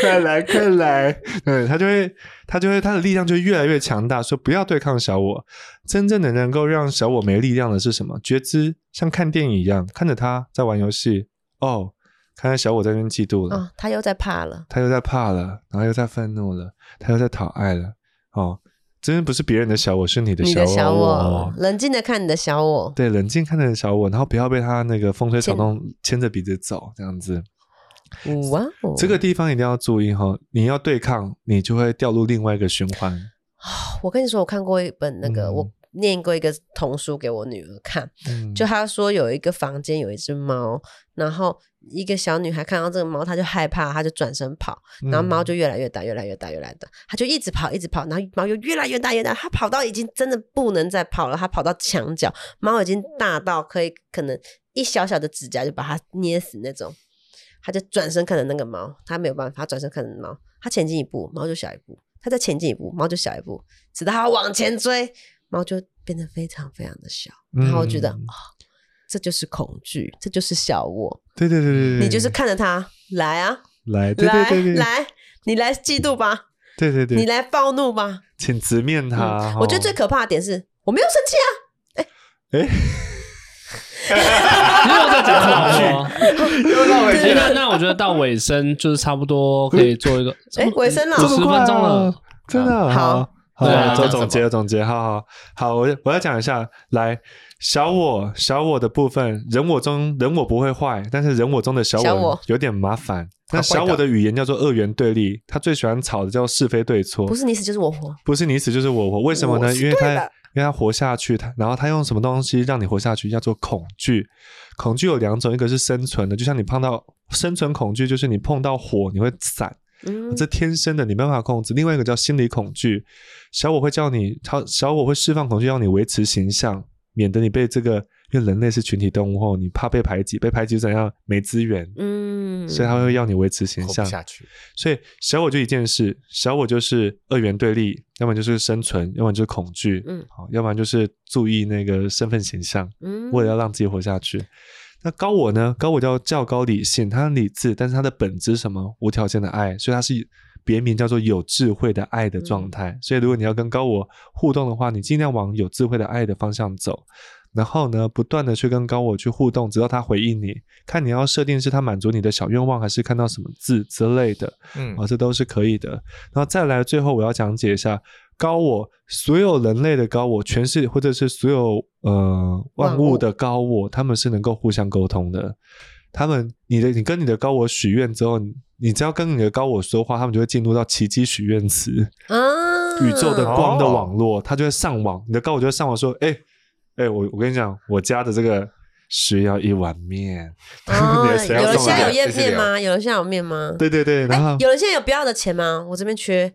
Speaker 2: 快来快来， 对他就会，他就会，他的力量就越来越强大。说不要对抗小我，真正的能够让小我没力量的是什么？觉知，像看电影一样，看着他在玩游戏，哦，看见小我在那边嫉妒了，
Speaker 1: 哦，他又在怕了，
Speaker 2: 他又在怕了，然后又在愤怒了，他又在讨爱了，哦，真不是别人的小我，是你的
Speaker 1: 你
Speaker 2: 小我，
Speaker 1: 的小我，冷静的看你的小我，
Speaker 2: 对，冷静看着小我，然后不要被他那个风吹草动牵着鼻子走，这样子。
Speaker 1: 哇哦，
Speaker 2: 这个地方一定要注意哈，你要对抗，你就会掉入另外一个循环。
Speaker 1: 我跟你说，我看过一本那个，
Speaker 2: 嗯
Speaker 1: 我念过一个童书给我女儿看，
Speaker 2: 嗯，
Speaker 1: 就她说有一个房间有一只猫，然后一个小女孩看到这个猫，她就害怕，她就转身跑，然
Speaker 2: 嗯
Speaker 1: 后猫就越来越大，越来越大，越来越大，它就一直跑，一直跑，然后猫又越来越大，越大，它跑到已经真的不能再跑了，它跑到墙角，猫已经大到可以可能一小小的指甲就把它捏死那种，它就转身看着那个猫，它没有办法，它转身看着猫，它前进一步，猫就小一步，它再前进一步，猫就小一步，直到它往前追，猫就变得非常非常的小，
Speaker 2: 嗯
Speaker 1: 然后我觉得啊、这就是恐惧，这就是小我，
Speaker 2: 对对对对对，
Speaker 1: 你就是看着它来啊。
Speaker 2: 来， 对对
Speaker 1: 来
Speaker 2: 对对，
Speaker 1: 来，你来嫉妒吧，
Speaker 2: 对对
Speaker 1: 你
Speaker 2: 对，
Speaker 1: 来嗯暴怒吧。
Speaker 2: 请直面他。
Speaker 1: 我觉得最可怕的点是，我没有生气啊，
Speaker 2: 哎，
Speaker 4: 你有在讲什么？
Speaker 3: 又绕回去
Speaker 4: 对，
Speaker 3: 了
Speaker 4: 哦哎那。那我觉得到尾声就是差不多可以做一个，
Speaker 1: 哎，尾声了
Speaker 4: 这，么
Speaker 2: 50
Speaker 4: 快啊，
Speaker 2: 真的
Speaker 1: 好。
Speaker 2: 好，
Speaker 4: 对啊
Speaker 2: 做
Speaker 3: 讲什么
Speaker 2: 总结总结，好好好，我我要讲一下，来小我小我的部分，人我中人我不会坏，但是人我中的小
Speaker 1: 小
Speaker 2: 我
Speaker 1: 我
Speaker 2: 有点麻烦。
Speaker 3: 他
Speaker 2: 那
Speaker 3: 坏
Speaker 2: 小
Speaker 3: 的
Speaker 2: 我的语言叫做二元对立，他最喜欢吵的叫是非对错
Speaker 1: 不，是你死就是我活，
Speaker 2: 不是你死就是我活，为什么呢？
Speaker 1: 我是
Speaker 2: 因为他
Speaker 1: 对的
Speaker 2: 因为他活下去，他然后他用什么东西让你活下去？叫做恐惧。恐惧有两种，一个是生存的，就像你碰到生存恐惧，就是你碰到火你会散，
Speaker 1: 嗯，
Speaker 2: 这天生的你没办法控制。另外一个叫心理恐惧，小我会叫你，超小我会释放恐惧，让你维持形象，免得你被这个，因为人类是群体动物后，你怕被排挤，被排挤怎样？没资源，
Speaker 1: 嗯，
Speaker 2: 所以他会要你维持形
Speaker 3: 活
Speaker 2: 象
Speaker 3: 不。下去，
Speaker 2: 所以小我就一件事，小我就是二元对立，要么就是生存，要么就是恐惧，
Speaker 1: 嗯
Speaker 2: 好，要不然就是注意那个身份形象，
Speaker 1: 嗯
Speaker 2: 为了要让自己活下去。那高我呢？高我叫较高理性，它很理智，但是它的本质是什么？无条件的爱，所以它是别名叫做有智慧的爱的状态。所以如果你要跟高我互动的话，你尽量往有智慧的爱的方向走，然后呢，不断的去跟高我去互动，直到他回应你，看你要设定是他满足你的小愿望，还是看到什么字之类的。
Speaker 3: 嗯
Speaker 2: 啊，，这都是可以的。然后再来，最后我要讲解一下高我，所有人类的高我，全是或者是所有呃万
Speaker 1: 万物
Speaker 2: 物的高我，他们是能够互相沟通的。他们，你的你跟你的高我许愿之后，你你只要跟你的高我说话，他们就会进入到奇迹许愿池，
Speaker 1: 啊，
Speaker 2: 宇宙的 光
Speaker 3: 哦
Speaker 2: 的网络，它就会上网，你的高我就会上网说，哎、哎、我我跟你讲，我家的这个需要一碗面，
Speaker 1: 啊，
Speaker 2: 谁
Speaker 1: 有
Speaker 2: 要
Speaker 1: 人
Speaker 2: 送
Speaker 1: 现在
Speaker 2: 来
Speaker 1: 有
Speaker 3: 的
Speaker 1: 面
Speaker 3: 这是
Speaker 1: 面
Speaker 3: 有
Speaker 1: 吗？有人现在有面吗？
Speaker 2: 对对对，然
Speaker 1: 哎
Speaker 2: 后，
Speaker 1: 有人现在有不要的钱吗？我这边缺，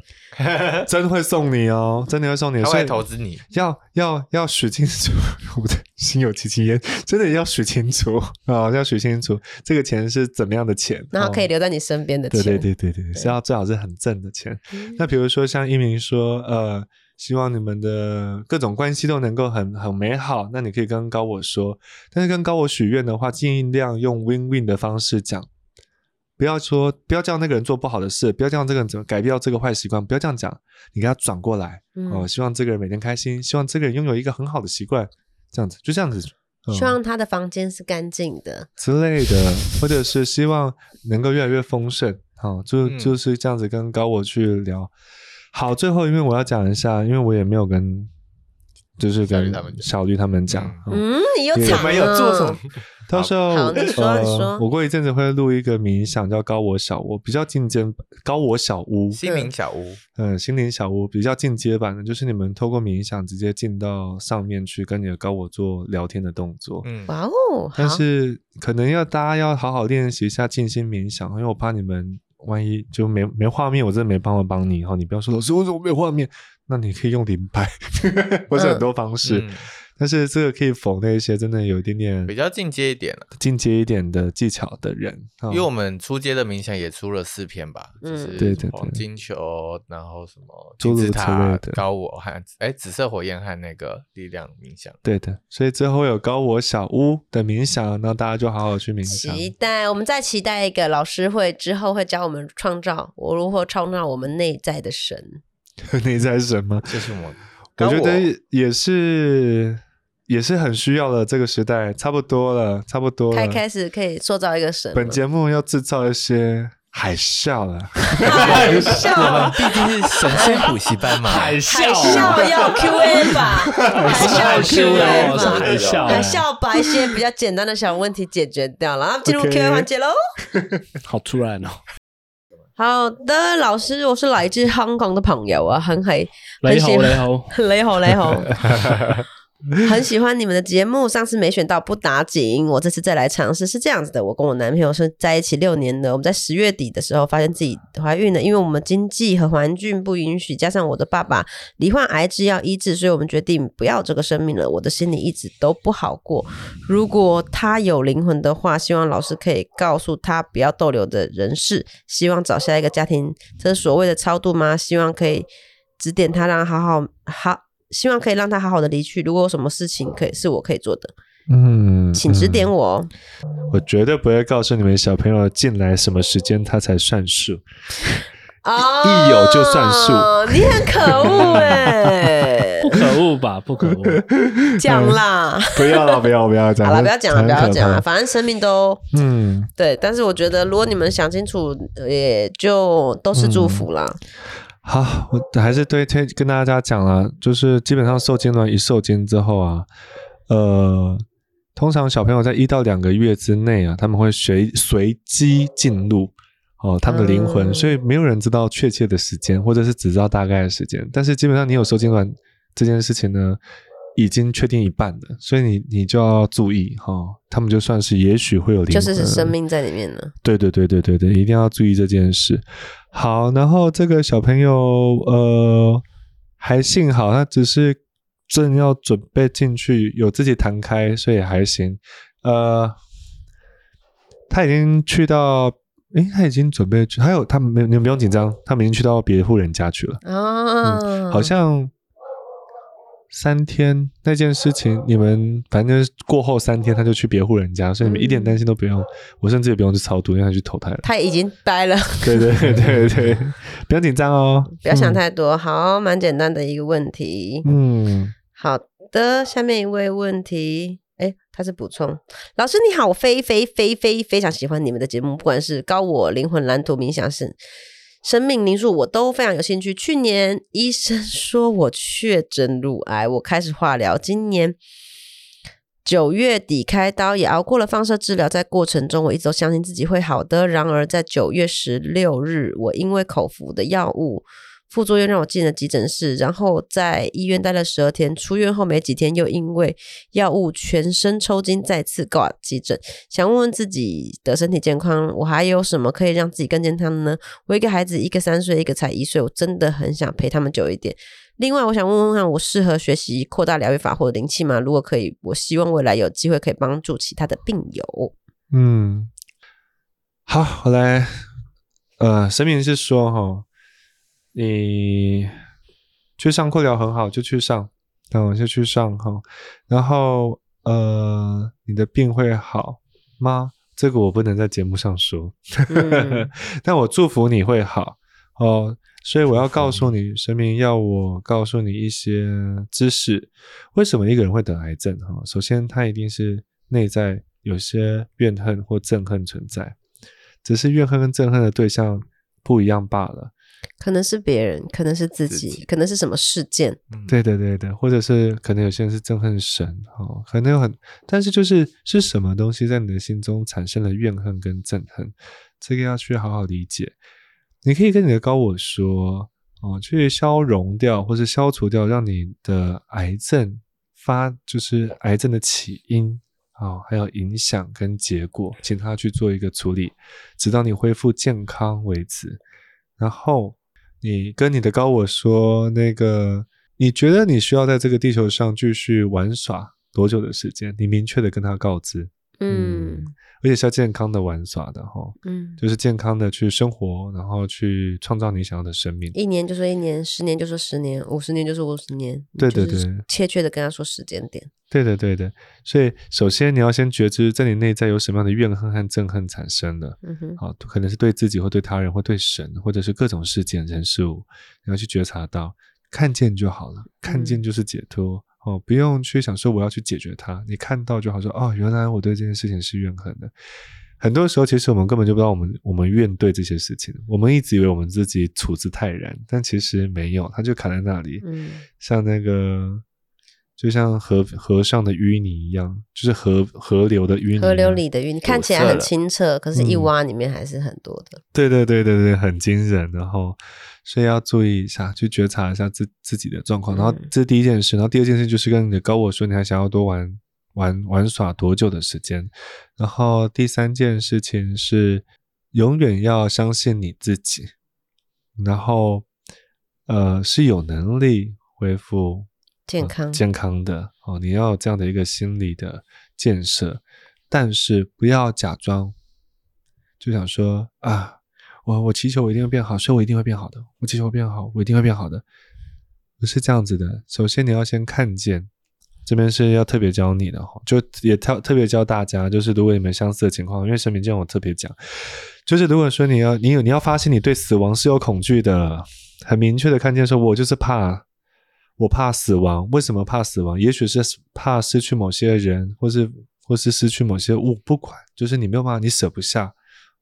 Speaker 2: 真会送你哦，真的会送你，
Speaker 3: 他
Speaker 2: 所以
Speaker 3: 会投资你，
Speaker 2: 要要要许清楚， 我的心有戚戚焉，真的要许清楚啊、要许清楚这个钱是怎么样的钱，
Speaker 1: 然后可以
Speaker 2: 哦
Speaker 1: 留在你身边的钱。嗯
Speaker 2: 对对对对对，是要最好是很正的钱。那比如说像一鸣说，呃，希望你们的各种关系都能够很很美好，那你可以跟高我说，但是跟高我许愿的话，尽量用 win win 的方式讲。不要说，不要叫那个人做不好的事，不要叫这个人怎么改掉这个坏习惯，不要这样讲，你给他转过来，
Speaker 1: 嗯
Speaker 2: 哦，希望这个人每天开心，希望这个人拥有一个很好的习惯，这样子，就这样子，嗯
Speaker 1: 希望他的房间是干净的。
Speaker 2: 之类的，或者是希望能够越来越丰盛，好、就
Speaker 3: 嗯
Speaker 2: 就是这样子跟高我去聊。好，最后因为我要讲一下，因为我也没有跟，就是
Speaker 3: 小绿
Speaker 2: 跟
Speaker 3: 他们讲
Speaker 2: 小绿他们讲，嗯
Speaker 1: 嗯，你又
Speaker 2: 也
Speaker 1: 讲
Speaker 3: 没有
Speaker 1: 了
Speaker 3: 做什么，
Speaker 2: 到时候
Speaker 1: 好你说你说
Speaker 2: 呃，我过一阵子会录一个冥想，叫高我小我，比较进阶版，高我小屋，
Speaker 3: 心灵小屋，
Speaker 2: 嗯，心灵小屋比较进阶版的，就是你们透过冥想直接进到上面去，跟你的高我做聊天的动作，
Speaker 3: 嗯，
Speaker 1: 哇哦，好
Speaker 2: 但，是可能要大家要好好练习一下静心冥想，因为我怕你们万一就没没画面，我真的没办法帮你哈。你不要说老师为什么没有画面，那你可以用灵摆， 或者很多方式。
Speaker 3: 嗯
Speaker 2: 但是这个可以否那些真的有一点
Speaker 3: 比
Speaker 2: 点
Speaker 3: 较进阶一点了，
Speaker 2: 进阶一点的技巧的人，啊
Speaker 3: 因为我们出街的冥想也出了四篇吧，就
Speaker 1: 嗯
Speaker 3: 是
Speaker 2: 对对对
Speaker 3: 黄金球，然后什么
Speaker 2: 诸
Speaker 3: 金
Speaker 2: 如
Speaker 3: 字
Speaker 2: 此
Speaker 3: 塔
Speaker 2: 类的、
Speaker 3: 高我和哎紫色火焰和那个力量冥想，
Speaker 2: 对的，所以之后有高我小屋的冥想，那大家就好好去冥想。
Speaker 1: 期待我们再期待一个老师会之后会教我们创造，我如何创造我们内在的神。
Speaker 2: 内在是什么？
Speaker 3: 这是我
Speaker 2: 我
Speaker 3: 高
Speaker 2: 觉
Speaker 3: 我
Speaker 2: 得也是，也是很需要的。这个时代差不多了，差不多了。
Speaker 1: 开开始可以塑造一个神了，
Speaker 2: 啊本节目要制造一些海啸了，
Speaker 1: 海啸，
Speaker 3: 毕竟是神仙补习班嘛，
Speaker 4: 海
Speaker 1: 海
Speaker 4: 啸
Speaker 1: 啸要 Q A 吧，海
Speaker 4: 是海
Speaker 1: 啸 Q
Speaker 4: 啸
Speaker 1: A
Speaker 4: 哦，
Speaker 5: 吧
Speaker 4: 是
Speaker 1: 吧。
Speaker 4: 海啸，
Speaker 1: 海啸把一些比较简单的小问题解决掉了，然后进入
Speaker 2: OK
Speaker 1: Q A 环节喽。
Speaker 4: 好突然哦！
Speaker 1: 好的，老师，我是来自香港的朋友啊，很很很
Speaker 4: 雷
Speaker 1: 喜
Speaker 4: 猴雷
Speaker 1: 欢，
Speaker 4: 猴，
Speaker 1: 雷猴雷猴， 很喜欢你们的节目。上次没选到不打紧，我这次再来尝试。是这样子的，我跟我男朋友是在一起六年的，我们在十月底的时候发现自己怀孕了，因为我们经济和环境不允许，加上我的爸爸罹患癌症要医治，所以我们决定不要这个生命了。我的心里一直都不好过。如果他有灵魂的话，希望老师可以告诉他不要逗留的人事，希望找下一个家庭。这是所谓的超度吗？希望可以指点他，让他好好好，希望可以让他好好的离去。如果有什么事情可以是我可以做的，
Speaker 2: 嗯，
Speaker 1: 请指点我哦。
Speaker 2: 嗯。我绝对不会告诉你们小朋友进来什么时间他才算数，
Speaker 1: 哦，
Speaker 6: 一有就算数，
Speaker 1: 你很可恶哎、
Speaker 4: 不可恶吧？不可恶。
Speaker 1: 讲啦，
Speaker 6: 嗯
Speaker 2: 不要了，不要，不要讲，
Speaker 1: 好了，不要讲了，
Speaker 2: 很
Speaker 1: 不
Speaker 2: 可
Speaker 1: 要讲了，
Speaker 2: 怕
Speaker 1: 反正生命都
Speaker 2: 嗯，
Speaker 1: 对，但是我觉得如果你们想清楚，呃也就都是祝福啦。
Speaker 2: 好，我还是对推跟大家讲了，就是基本上受精卵一受精之后啊，呃，通常小朋友在一到两个月之内啊，他们会随随机进入哦他们的灵魂，
Speaker 1: 嗯
Speaker 2: 所以没有人知道确切的时间，或者是只知道大概的时间。但是基本上你有受精卵这件事情呢，已经确定一半了，所以你你就要注意哈、哦，他们就算是也许会
Speaker 6: 嗯
Speaker 2: 有灵魂，
Speaker 1: 就是生命在里面呢，
Speaker 2: 对对对对对对，一定要注意这件事。好，然后这个小朋友呃，还幸好他只是正要准备进去，有自己弹开，所以还行。呃，他已经去到，诶，他已经准备去，还有他们没有，你们不用紧张，他们已经去到别户人家去了。
Speaker 1: 啊、
Speaker 2: 嗯好像三天那件事情，你们反正过后三天他就去别户人家，所以你们一点担心都不用。我甚至也不用去超度，因为他去投胎了。
Speaker 1: 他已经掰了，
Speaker 2: 对对对对对，不要紧张哦，
Speaker 1: 不要想太多。好，蛮简单的一个问题。
Speaker 2: 嗯。嗯，
Speaker 1: 好的，下面一位问题，哎，他是补充，老师你好，我非非非非非常喜欢你们的节目，不管是高我灵魂蓝图冥想是。生命灵数我都非常有兴趣。去年医生 说我确诊乳癌，我开始化疗。今年九月底开刀，也熬过了放射治疗。在过程中，我一直都相信自己会好的。然而，在九月十六日，我因为口服的药物副作用让我进了急诊室，然后在医院待了十二天。出院后没几天，又因为药物全身抽筋，再次挂急诊。想问问自己的身体健康，我还有什么可以让自己更健康的呢？我一个孩子，一个三岁，一个才一岁，我真的很想陪他们久一点。另外，我想问问看，我适合学习扩大疗愈法或者灵气吗？如果可以，我希望未来有机会可以帮助其他的病友。
Speaker 2: 嗯，好，我来，呃，声明是说哈、你去上扩疗很好，就去上，嗯，就去上哈、然后呃，你的病会好吗？这个我不能在节目上说，
Speaker 1: 嗯
Speaker 2: 但我祝福你会好哦。所以我要告诉你，神明要我告诉你一些知识，为什么一个人会得癌症？哈，首先他一定是内在有些怨恨或憎恨存在，只是怨恨跟憎恨的对象不一样罢了。
Speaker 1: 可能是别人，可能是自己，可能是什么事件。
Speaker 3: 嗯
Speaker 2: 对对对对，或者是可能有些人是憎恨神哦，可能有很，但是就是是什么东西在你的心中产生了怨恨跟憎恨，这个要去好好理解。你可以跟你的高我说哦，去消融掉或是消除掉，让你的癌症发就是癌症的起因哦，还有影响跟结果，请他去做一个处理，直到你恢复健康为止。然后你跟你的高我说，那个你觉得你需要在这个地球上继续玩耍多久的时间？你明确的跟他告知，
Speaker 1: 嗯
Speaker 2: 而且是要健康的玩耍的哈、
Speaker 1: 嗯，
Speaker 2: 就是健康的去生活，然后去创造你想要的生命。
Speaker 1: 一年就说一年，十年就说十年，五十年就说五十年。嗯
Speaker 2: 对对
Speaker 1: 就是
Speaker 2: 对
Speaker 1: 切切的跟他说时间点。
Speaker 2: 对的，对的。所以首先你要先觉知在你内在有什么样的怨恨和憎恨产生了。
Speaker 1: 嗯哼，
Speaker 2: 好，可能是对自己或对他人或对神，或者是各种事件、人事物，你要去觉察到，看见就好了，看
Speaker 1: 嗯
Speaker 2: 见就是解脱、哦，不用去想说我要去解决它，你看到就好说，哦，原来我对这件事情是怨恨的。很多时候，其实我们根本就不知道我们我们怨对这些事情，我们一直以为我们自己处之泰然，但其实没有，它就卡在那里。
Speaker 1: 嗯
Speaker 2: 像那个，就像河河上的淤泥一样，就是河河流的淤泥一样，啊
Speaker 1: 河流里的云，你看起来
Speaker 5: 堵塞
Speaker 1: 很
Speaker 5: 了
Speaker 1: 清澈，可是一
Speaker 2: 嗯
Speaker 1: 挖里面还是很多的。
Speaker 2: 对对对对对，很惊人。然后，所以要注意一下，去觉察一下自自己的状况。然后
Speaker 1: 嗯
Speaker 2: 这是第一件事，然后第二件事就是跟你的高我说，你还想要多玩玩玩耍多久的时间。然后第三件事情是，永远要相信你自己，然后呃是有能力恢复
Speaker 1: 健
Speaker 2: 呃
Speaker 1: 康
Speaker 2: 健康的哦，你要有这样的一个心理的建设，但是不要假装，就想说啊，我我祈求我一定会变好，所以我一定会变好的，我祈求我变好，我一定会变好的，不是这样子的。首先你要先看见，这边是要特别教你的哈，就也特特别教大家，就是如果你们相似的情况，因为神明见我特别讲，就是如果说你要你有你要发现你对死亡是有恐惧的了，很明确的看见说，我就是怕，我怕死亡。为什么怕死亡？也许是怕失去某些人，或是或是失去某些物，不管，就是你没有办法，你舍不下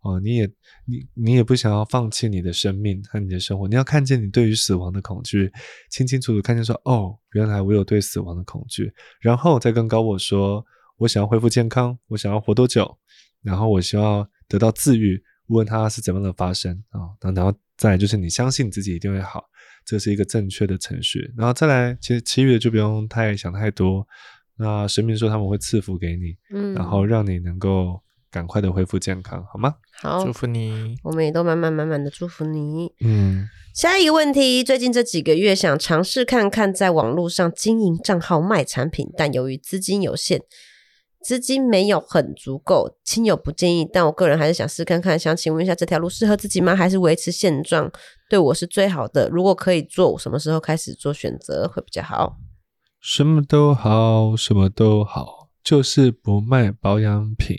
Speaker 2: 哦、你也你你也不想要放弃你的生命和你的生活。你要看见你对于死亡的恐惧，清清楚楚看见说，哦，原来我有对死亡的恐惧，然后再跟高我说，我想要恢复健康，我想要活多久，然后我希望得到治愈，问他是怎么的发生啊、然后然后再来就是你相信自己一定会好，这是一个正确的程序，然后再来其实其余的就不用太想太多，那神明说他们会赐福给你，
Speaker 1: 嗯，
Speaker 2: 然后让你能够赶快的恢复健康，好吗？
Speaker 1: 好
Speaker 3: 祝，福你。
Speaker 1: 我们也都满满满满的祝福你。
Speaker 2: 嗯，
Speaker 1: 下一个问题，最近这几个月想尝试看看在网络上经营账号卖产品，但由于资金有限，资金没有很足够，亲友不建议，但我个人还是想试看看。想请问一下，这条路适合自己吗？还是维持现状对我是最好的？如果可以做，我什么时候开始做选择会比较好？
Speaker 2: 什么都好，什么都好，就是不卖保养品，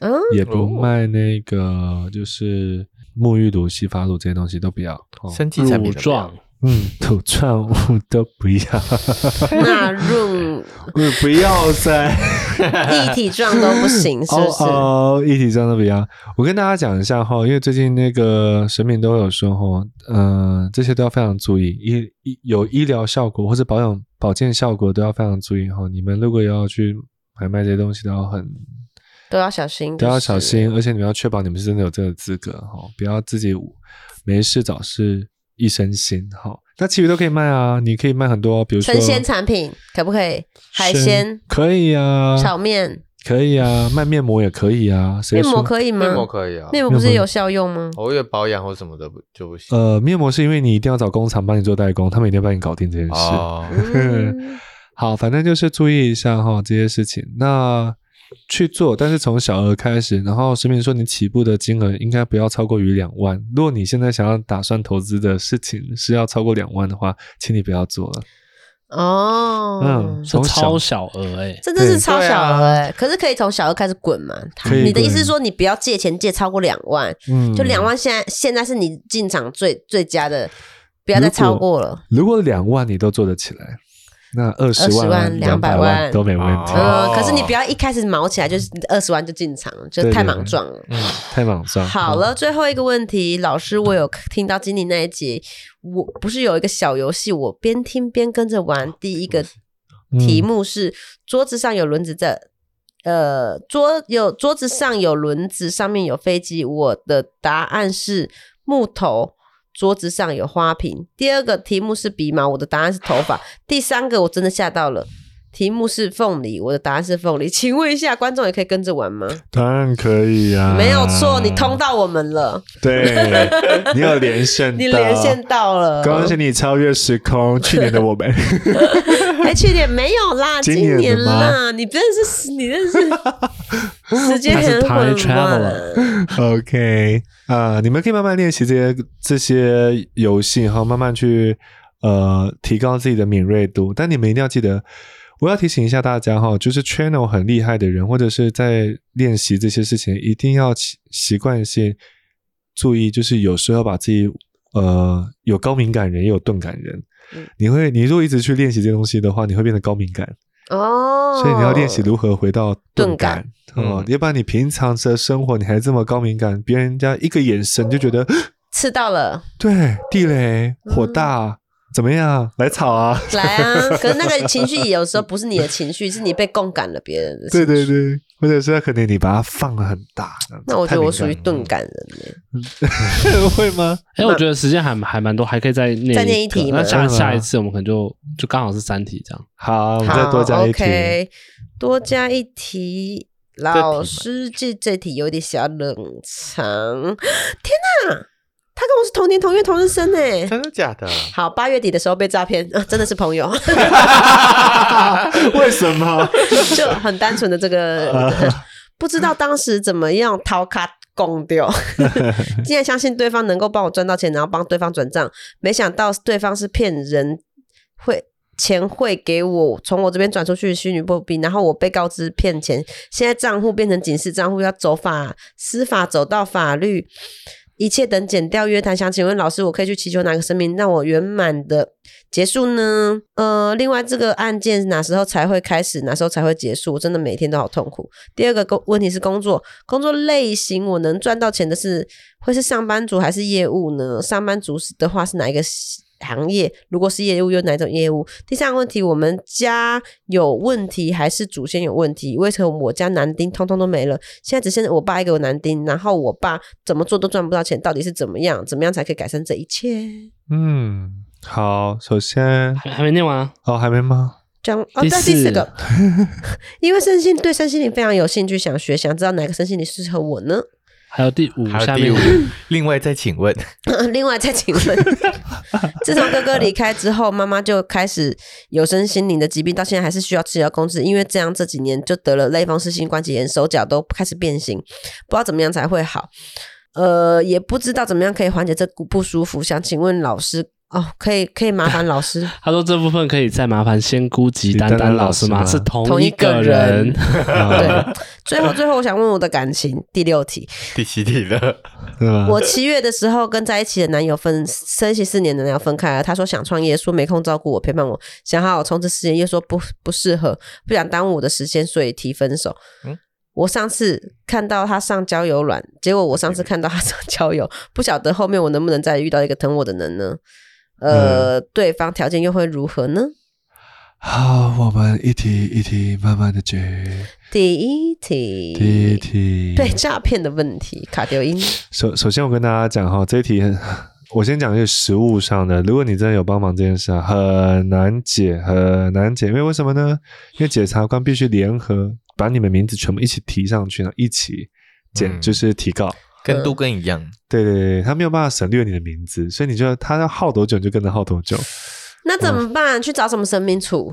Speaker 1: 嗯，
Speaker 2: 也不
Speaker 3: 哦
Speaker 2: 卖那个就是沐浴露、洗发露这些东西都不要。哦、
Speaker 3: 生计产
Speaker 4: 乳
Speaker 3: 品怎么样
Speaker 4: 状，
Speaker 2: 嗯， 土创物都不要，
Speaker 1: 那润
Speaker 2: 嗯不要再
Speaker 1: 一体状都不 行，是不是？
Speaker 2: 哦哦，一体装都不一样。我跟大家讲一下哈，因为最近那个神明都有说哈，嗯、这些都要非常注意，医医有医疗效果或者保养保健效果都要非常注意哈。你们如果要去买卖这些东西，都要很
Speaker 1: 都要小心，
Speaker 2: 都要小心，。而且你们要确保你们是真的有这个资格哈，不要自己没事找事一身腥哈。那其余都可以卖啊，你可以卖很多，比如说
Speaker 1: 生鲜产品可不可以？海鲜
Speaker 2: 生、可以啊，
Speaker 1: 炒面、
Speaker 2: 可以啊，卖面膜也可以啊，谁
Speaker 1: 面膜
Speaker 2: 说
Speaker 1: 可以吗
Speaker 3: 面？膜可以啊，
Speaker 1: 面膜不是有效用吗？
Speaker 2: 哦
Speaker 3: 我以为保养或什么的不就不行。
Speaker 2: 呃，面膜是因为你一定要找工厂帮你做代工，他们一定要帮你搞定这件事。
Speaker 3: 哦，
Speaker 1: 嗯
Speaker 2: 好，反正就是注意一下哈这些事情。那去做，但是从小额开始。然后石明说，你起步的金额应该不要超过于两万。如果你现在想要打算投资的事情是要超过两万的话，请你不要做了。
Speaker 1: 哦，
Speaker 2: 嗯，
Speaker 4: 是
Speaker 2: 从
Speaker 4: 超
Speaker 2: 小
Speaker 4: 小额哎、
Speaker 1: 这真是超
Speaker 3: 对
Speaker 1: 小
Speaker 3: 啊
Speaker 1: 额欸，可是可以从小额开始滚嘛？
Speaker 2: 可以
Speaker 1: 你的意思
Speaker 2: 滚
Speaker 1: 是说，你不要借钱借超过两万，
Speaker 2: 嗯
Speaker 1: 就两。万现在现在是你进场最最佳的，不要再
Speaker 2: 如果哦
Speaker 1: 超过了。
Speaker 2: 如果两万你都做得起来，那二十
Speaker 1: 20
Speaker 2: 万、
Speaker 1: 万
Speaker 2: 两百
Speaker 1: 200万
Speaker 2: 都没问题，
Speaker 3: 哦
Speaker 1: 呃，可是你不要一开始毛起来就是二十万就进场，就
Speaker 2: 对
Speaker 1: 太
Speaker 2: 对
Speaker 1: 莽
Speaker 2: 对
Speaker 1: 撞了。
Speaker 2: 太莽撞。
Speaker 1: 好了，，最后一个问题，老师，我有听到经理那一集，我不是有一个小游戏，我边听边跟着玩。第一个题目是、桌子上有轮子的，呃，桌有桌子上有轮子，上面有飞机。我的答案是木头。桌子上有花瓶。第二个题目是鼻毛，我的答案是头发。第三个我真的吓到了，题目是凤梨，我的答案是凤梨。请问一下，观众也可以跟着玩吗？
Speaker 2: 当然可以啊，
Speaker 1: 没有错，你通到我们了。
Speaker 2: 对，你有连线到，
Speaker 1: 你连线到了，
Speaker 2: 恭喜你超越时空，去年的我们。
Speaker 1: 哎，去年没有啦，
Speaker 2: 今
Speaker 1: 今
Speaker 2: 年
Speaker 1: 年
Speaker 2: 的
Speaker 1: 啦，
Speaker 2: 吗
Speaker 1: 你真的是你真的是 时间
Speaker 4: 他是
Speaker 1: 很
Speaker 4: time
Speaker 1: 混乱
Speaker 4: traveler。
Speaker 2: OK，啊、你们可以慢慢练习这些这些游戏哈，慢慢去呃提高自己的敏锐度。但你们一定要记得，我要提醒一下大家哈，就是 channel 很厉害的人，或者是在练习这些事情，一定要习习惯性注意，就是有时候把自己呃有高敏感人，也有钝感人。
Speaker 1: 嗯
Speaker 2: 你会，你如果一直去练习这些东西的话，你会变得高敏感。
Speaker 1: 哦，
Speaker 2: 所以你要练习如何回到钝感哦
Speaker 3: 嗯，
Speaker 2: 要不然你平常的生活你还这么高敏感，别人家一个眼神就觉
Speaker 1: 哦
Speaker 2: 得
Speaker 1: 吃到了，
Speaker 2: 对地雷火
Speaker 1: 嗯
Speaker 2: 大怎么样来吵 啊？
Speaker 1: 来啊！可是那个情绪有时候不是你的情绪，是你被共感了别人的。
Speaker 2: 对对。对，或者是可能你把它放得很大，这样子
Speaker 1: 那我觉得我属于
Speaker 2: 太敏
Speaker 1: 钝感人，欸
Speaker 2: 感了会吗？
Speaker 4: 哎、我觉得时间还还蛮多，还可以再念
Speaker 1: 再念一
Speaker 4: 个
Speaker 1: 题吗
Speaker 4: 那下
Speaker 2: 真的吗
Speaker 4: 下一次我们可能就就刚好是三题这样。
Speaker 2: 好，我们
Speaker 1: 好
Speaker 2: 再多加一题。
Speaker 1: OK，多加一题。老师，这这题有点小冷藏。天哪，他跟我是同年同月同日生哎、
Speaker 3: 真的假的？
Speaker 2: 嗯
Speaker 1: 好，八月底的时候被诈骗、啊，真的是朋友，
Speaker 2: 为什么？
Speaker 1: 就很单纯的这个， 呃不知道当时怎么样掏卡供 掉，竟然相信对方能够帮我赚到钱，然后帮对方转账，没想到对方是骗人，会钱汇给我，从我这边转出去虚拟货币，然后我被告知骗钱，现在账户变成警示账户，要走法司法，走到法律，一切等减掉约谈。想请问老师，我可以去祈求哪个神明让我圆满的结束呢？呃，另外这个案件哪时候才会开始，哪时候才会结束？我真的每天都好痛苦。第二个工问题是工作，工作类型我能赚到钱的是会是上班族还是业务呢？上班族的话是哪一个？行业，如果是业务，又哪种业务？第三个问题，我们家有问题还是祖先有问题？为什么我家男丁通通都没了？现在只剩我爸一个男丁，然后我爸怎么做都赚不到钱，到底是怎么样？怎么样才可以改善这一切？
Speaker 2: 嗯，好，首先
Speaker 4: 还还没念完啊，
Speaker 2: 哦，还 没吗？
Speaker 1: 这样哦，对，第
Speaker 4: 第
Speaker 1: 四
Speaker 4: 四
Speaker 1: 个， 因为身心对身心灵非常有兴趣，想学，想知道哪个身心灵适合我呢？
Speaker 4: 还有第五，
Speaker 3: 还有
Speaker 4: 下
Speaker 3: 第
Speaker 4: 面
Speaker 3: 五，另外再请问，
Speaker 1: 另外再请问，自从哥哥离开之后，妈妈就开始有身心灵的疾病，到现在还是需要吃药控制。因为这样这几年就得了类风湿性关节炎，手脚都开始变形，不知道怎么样才会好。呃，也不知道怎么样可以缓解这股不舒服。想请问老师哦，可以可以麻烦老师
Speaker 4: 他说这部分可以再麻烦仙姑及丹丹老师吗？
Speaker 2: 丹丹老师
Speaker 4: 是
Speaker 2: 吗
Speaker 4: 同
Speaker 1: 同
Speaker 4: 一
Speaker 1: 一个
Speaker 4: 个人
Speaker 1: 人。
Speaker 2: 啊
Speaker 1: 对，最后最后我想问我的感情第六题，
Speaker 3: 第七题了，
Speaker 2: 对 吧？
Speaker 1: 我七月的时候跟在一起的男友分，生息四年的男友分开了。他说想创业，说没空照顾我、陪伴我，想好好从事事业，又说不不适合，不想耽误我的时间，所以提分手。
Speaker 3: 嗯
Speaker 1: 我上次看到他上交友软，结果我上次看到他上交友，不晓得后面我能不能再遇到一个疼我的人呢？呃，
Speaker 2: 嗯
Speaker 1: 对方条件又会如何呢？
Speaker 2: 好，我们一题一题慢慢的解。
Speaker 1: 第一题，
Speaker 2: 第一题，
Speaker 1: 对诈骗的问题，卡丢音。
Speaker 2: 首首先，我跟大家讲哈，这一题很 我先讲一个实物上的。如果你真的有帮忙这件事啊，很难解，很难解，因为为什么呢？因为检察官必须联合把你们名字全部一起提上去，然后一起检、
Speaker 3: 嗯
Speaker 2: 就是提告。
Speaker 3: 跟都跟一样，
Speaker 2: 对对对，他没有办法省略你的名字，所以你就他要耗多久你就跟着耗多久。
Speaker 1: 那怎么办？去找什么神明处？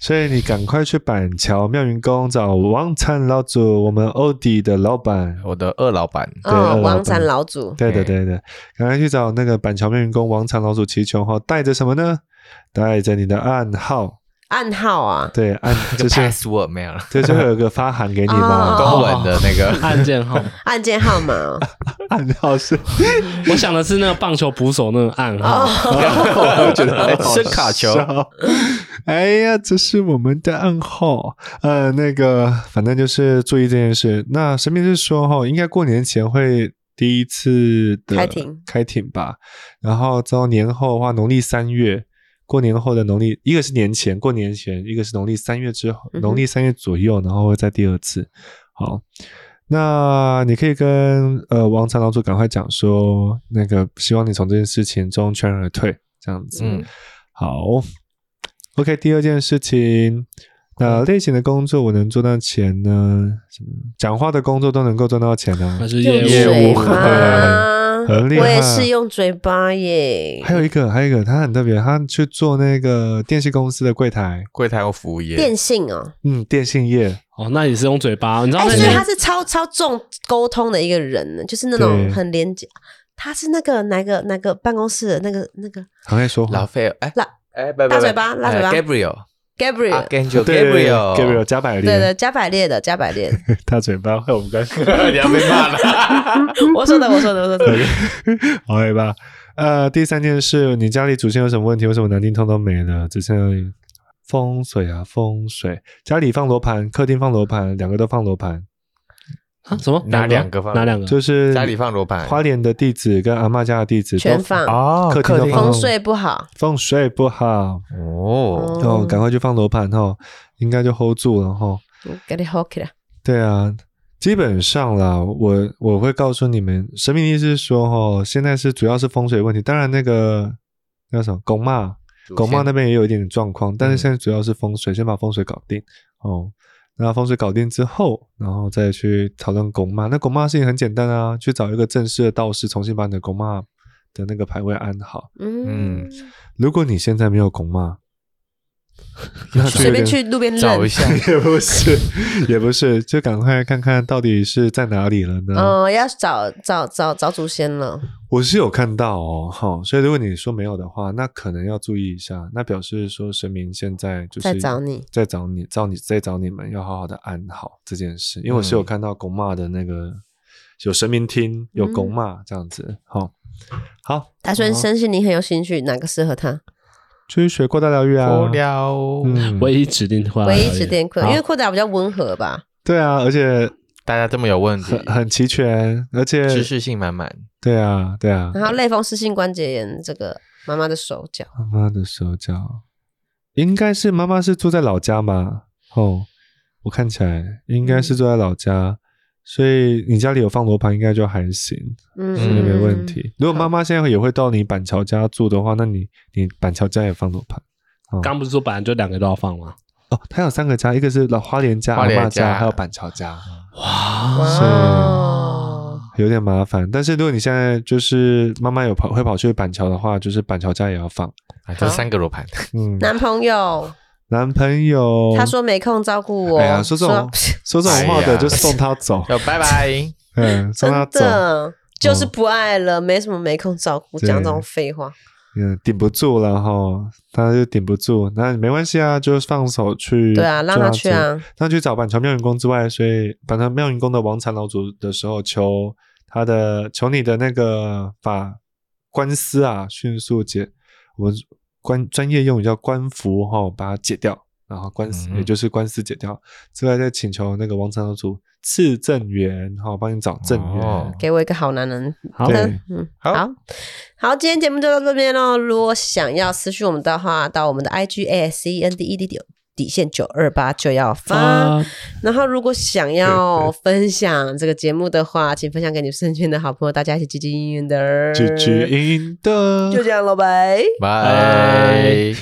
Speaker 2: 所以你赶快去板桥妙云宫找王禅老祖，我们欧迪的老板。
Speaker 3: 我的二老板，
Speaker 2: 对二
Speaker 1: 哦
Speaker 2: 老，
Speaker 1: 王
Speaker 2: 板
Speaker 1: 禅老祖。
Speaker 2: 对的，
Speaker 3: 嗯
Speaker 2: 对的，赶快去找那个板桥妙云宫王禅老祖祈求哈，带着什么呢？带着你的暗号，
Speaker 1: 暗号啊，
Speaker 2: 对，暗
Speaker 3: 就啊
Speaker 2: 就是是
Speaker 3: password 没有了，
Speaker 2: 这就会有个发函给你
Speaker 1: 哦
Speaker 2: 嘛，
Speaker 3: 公文的那个
Speaker 4: 案件号，
Speaker 1: 案件号码哦
Speaker 2: 暗号是，
Speaker 4: 我想的是那个棒球捕手那个暗号。
Speaker 1: 哦
Speaker 2: 我觉得很好
Speaker 3: 声卡球
Speaker 2: 笑。哎呀，这是我们的暗号。呃，那个，反正就是注意这件事。那神明是说哈，应该过年前会第一次的
Speaker 1: 开庭
Speaker 2: 开庭吧。然后到年后的话，农历三月，过年后的农历，一个是年前过年前，一个是农历三月之后，
Speaker 1: 嗯哼
Speaker 2: 农历三月左右，然后会在第二次。好，那你可以跟呃王长老祖赶快讲说，那个希望你从这件事情中全然而退，这样子。
Speaker 3: 嗯，
Speaker 2: 好，OK。第二件事情，哪
Speaker 3: 嗯
Speaker 2: 类型的工作我能做到钱呢？什么讲话的工作都能够赚到钱啊呢、
Speaker 3: 嗯
Speaker 4: 那是
Speaker 1: 用
Speaker 4: 业
Speaker 1: 嘴
Speaker 4: 务
Speaker 2: 务
Speaker 1: 巴，
Speaker 2: 很厉害
Speaker 1: 我也是用嘴巴耶。
Speaker 2: 还有一个，还有一个，他很特别，他去做那个电信公司的柜台，
Speaker 3: 柜台或服务业，
Speaker 1: 电信哦，
Speaker 2: 嗯，电信业，
Speaker 4: 哦，那你是用嘴巴，你知道
Speaker 1: 哎，
Speaker 4: 那
Speaker 1: 所以
Speaker 4: 个
Speaker 1: 他是超超重沟通的一个人呢，就是那种
Speaker 2: 对
Speaker 1: 很廉洁。他是那个哪个哪个办公室的那个那个
Speaker 2: 很会说
Speaker 3: 老
Speaker 2: 话。
Speaker 3: 费尔，哎
Speaker 1: 拉
Speaker 3: 哎，不不不
Speaker 1: 大嘴巴拉嘴巴
Speaker 3: 哎，Gabriel。
Speaker 1: Gabriel，
Speaker 3: Archangel
Speaker 2: 对
Speaker 3: Gabriel
Speaker 2: Gabriel 加百
Speaker 1: 对对，
Speaker 2: 列，
Speaker 1: 加百列的加百列的，
Speaker 2: 大嘴巴，害我们刚
Speaker 3: 你要被骂了。
Speaker 1: 我说的我说的我说的，
Speaker 2: 好尾吧。呃，第三件事，你家里祖先有什么问题？为什么南丁通通没了？只剩风水啊，风水。家里放罗盘，客厅放罗盘，两个都放罗盘，
Speaker 4: 啊什么
Speaker 3: 哪两个方
Speaker 4: 哪两个？
Speaker 2: 就是
Speaker 3: 家里放罗盘
Speaker 2: 花莲的地址跟阿嬷家的地址都
Speaker 1: 全放
Speaker 3: 哦
Speaker 2: 客厅都放
Speaker 1: 风水不好，
Speaker 2: 风水不好，
Speaker 3: 哦，
Speaker 2: 哦，赶快去放罗盘哦，应该就 hold 住了哈、哦。
Speaker 1: 嗯给你 hold 起来。
Speaker 2: 对啊，基本上啦，我我会告诉你们，神明意思是说哦，现在是主要是风水问题，当然那个那什么公骂。狗妈那边也有一点点状况，但是现在主要是风水，先把风水搞定哦。那风水搞定之后，然后再去讨论狗妈。那狗妈事情很简单啊，去找一个正式的道士，重新把你的狗妈的那个牌位安好。
Speaker 1: 嗯
Speaker 3: 嗯，
Speaker 2: 如果你现在没有狗妈，那就
Speaker 1: 随
Speaker 2: 有
Speaker 1: 便
Speaker 2: 点
Speaker 1: 去路边
Speaker 3: 找一
Speaker 2: 啊
Speaker 1: 认。
Speaker 3: 下。
Speaker 2: 也不是， 也不是，就赶快看看到底是在哪里了呢？
Speaker 1: 嗯，要找找找找祖先了。
Speaker 2: 我是有看到哦，哈，所以如果你说没有的话，那可能要注意一下，那表示说神明现在就是
Speaker 1: 在找你
Speaker 2: 在找你，找你，在找你们，要好好的安好这件事，因为我是有看到公骂的那
Speaker 1: 嗯
Speaker 2: 个有神明厅，有公骂这样子，哈、好，
Speaker 1: 他说
Speaker 2: 哦
Speaker 1: 深信你很有兴趣，哪个适合他？
Speaker 2: 去学过大疗愈啊，
Speaker 3: 无聊，
Speaker 2: 嗯，
Speaker 4: 唯一指定话，
Speaker 1: 唯一指点困，
Speaker 2: 好
Speaker 1: 因为困达比较温和吧。
Speaker 2: 对啊，而且
Speaker 3: 大家这么有问题
Speaker 2: 很，很齐全，而且
Speaker 3: 知识性满满。
Speaker 2: 对啊，对啊，
Speaker 1: 然后类风湿性关节炎，这个妈妈的手脚，
Speaker 2: 妈妈的手脚，应该是妈妈是住在老家嘛？哦，我看起来应该是住在老家，所以你家里有放罗盘，应该就还行，
Speaker 1: 嗯，
Speaker 2: 应该没问题。如果
Speaker 1: 好
Speaker 2: 妈妈现在也会到你板桥家住的话，那你你板桥家也放罗盘
Speaker 4: 刚不是说本来就两个都要放吗？
Speaker 2: 哦。他有三个家，一个是老花莲家、
Speaker 3: 花
Speaker 2: 阿
Speaker 3: 莲
Speaker 2: 嬷家，
Speaker 3: 家
Speaker 2: 还有板桥家，
Speaker 1: 嗯。
Speaker 4: 哇，
Speaker 1: 哇，
Speaker 2: 有点麻烦。但是如果你现在就是妈妈有跑会跑去板桥的话，就是板桥家也要放。
Speaker 3: 啊这
Speaker 1: 好
Speaker 3: 三个罗盘，
Speaker 2: 嗯，
Speaker 1: 男朋友，
Speaker 2: 男朋友
Speaker 1: 他说没空照顾我，
Speaker 2: 哎呀，说这种 说这种话
Speaker 3: 哎
Speaker 2: 的
Speaker 3: 呀
Speaker 2: 就送他走。
Speaker 3: 要拜 拜。
Speaker 2: 嗯，送他
Speaker 1: 真
Speaker 2: 走，
Speaker 1: 的就是不爱了，没什么没空照顾，
Speaker 2: 对
Speaker 1: 讲这种废话。
Speaker 2: 嗯，顶不住了哈，他就顶不住，那没关系啊，就放手去，
Speaker 1: 对啊，让他去。啊，
Speaker 2: 那去找板桥妙云宫之外，所以板桥妙云宫的王禅老祖的时候，求他的求你的那个法官司啊，迅速解，我们官专业用语叫官服哈、把它解掉，然后官司、
Speaker 3: 嗯
Speaker 2: 也就是官司解掉之外，再请求那个王禅老祖赐正缘哈、帮你找正缘。
Speaker 3: 哦
Speaker 1: 给我一个好男人。
Speaker 4: 好
Speaker 2: 对
Speaker 1: 嗯嗯，好好，今天节目就到这边喽。如果想要私讯我们的话，到我们的 IG A S E N D E D 底底线九二八就要发。
Speaker 4: 啊，
Speaker 1: 然后，如果想要分享这个节目的话，请分享给你身边的好朋友，大家一起积极应援的。
Speaker 2: 句句赢得。
Speaker 1: 就这样了，拜。
Speaker 3: 拜。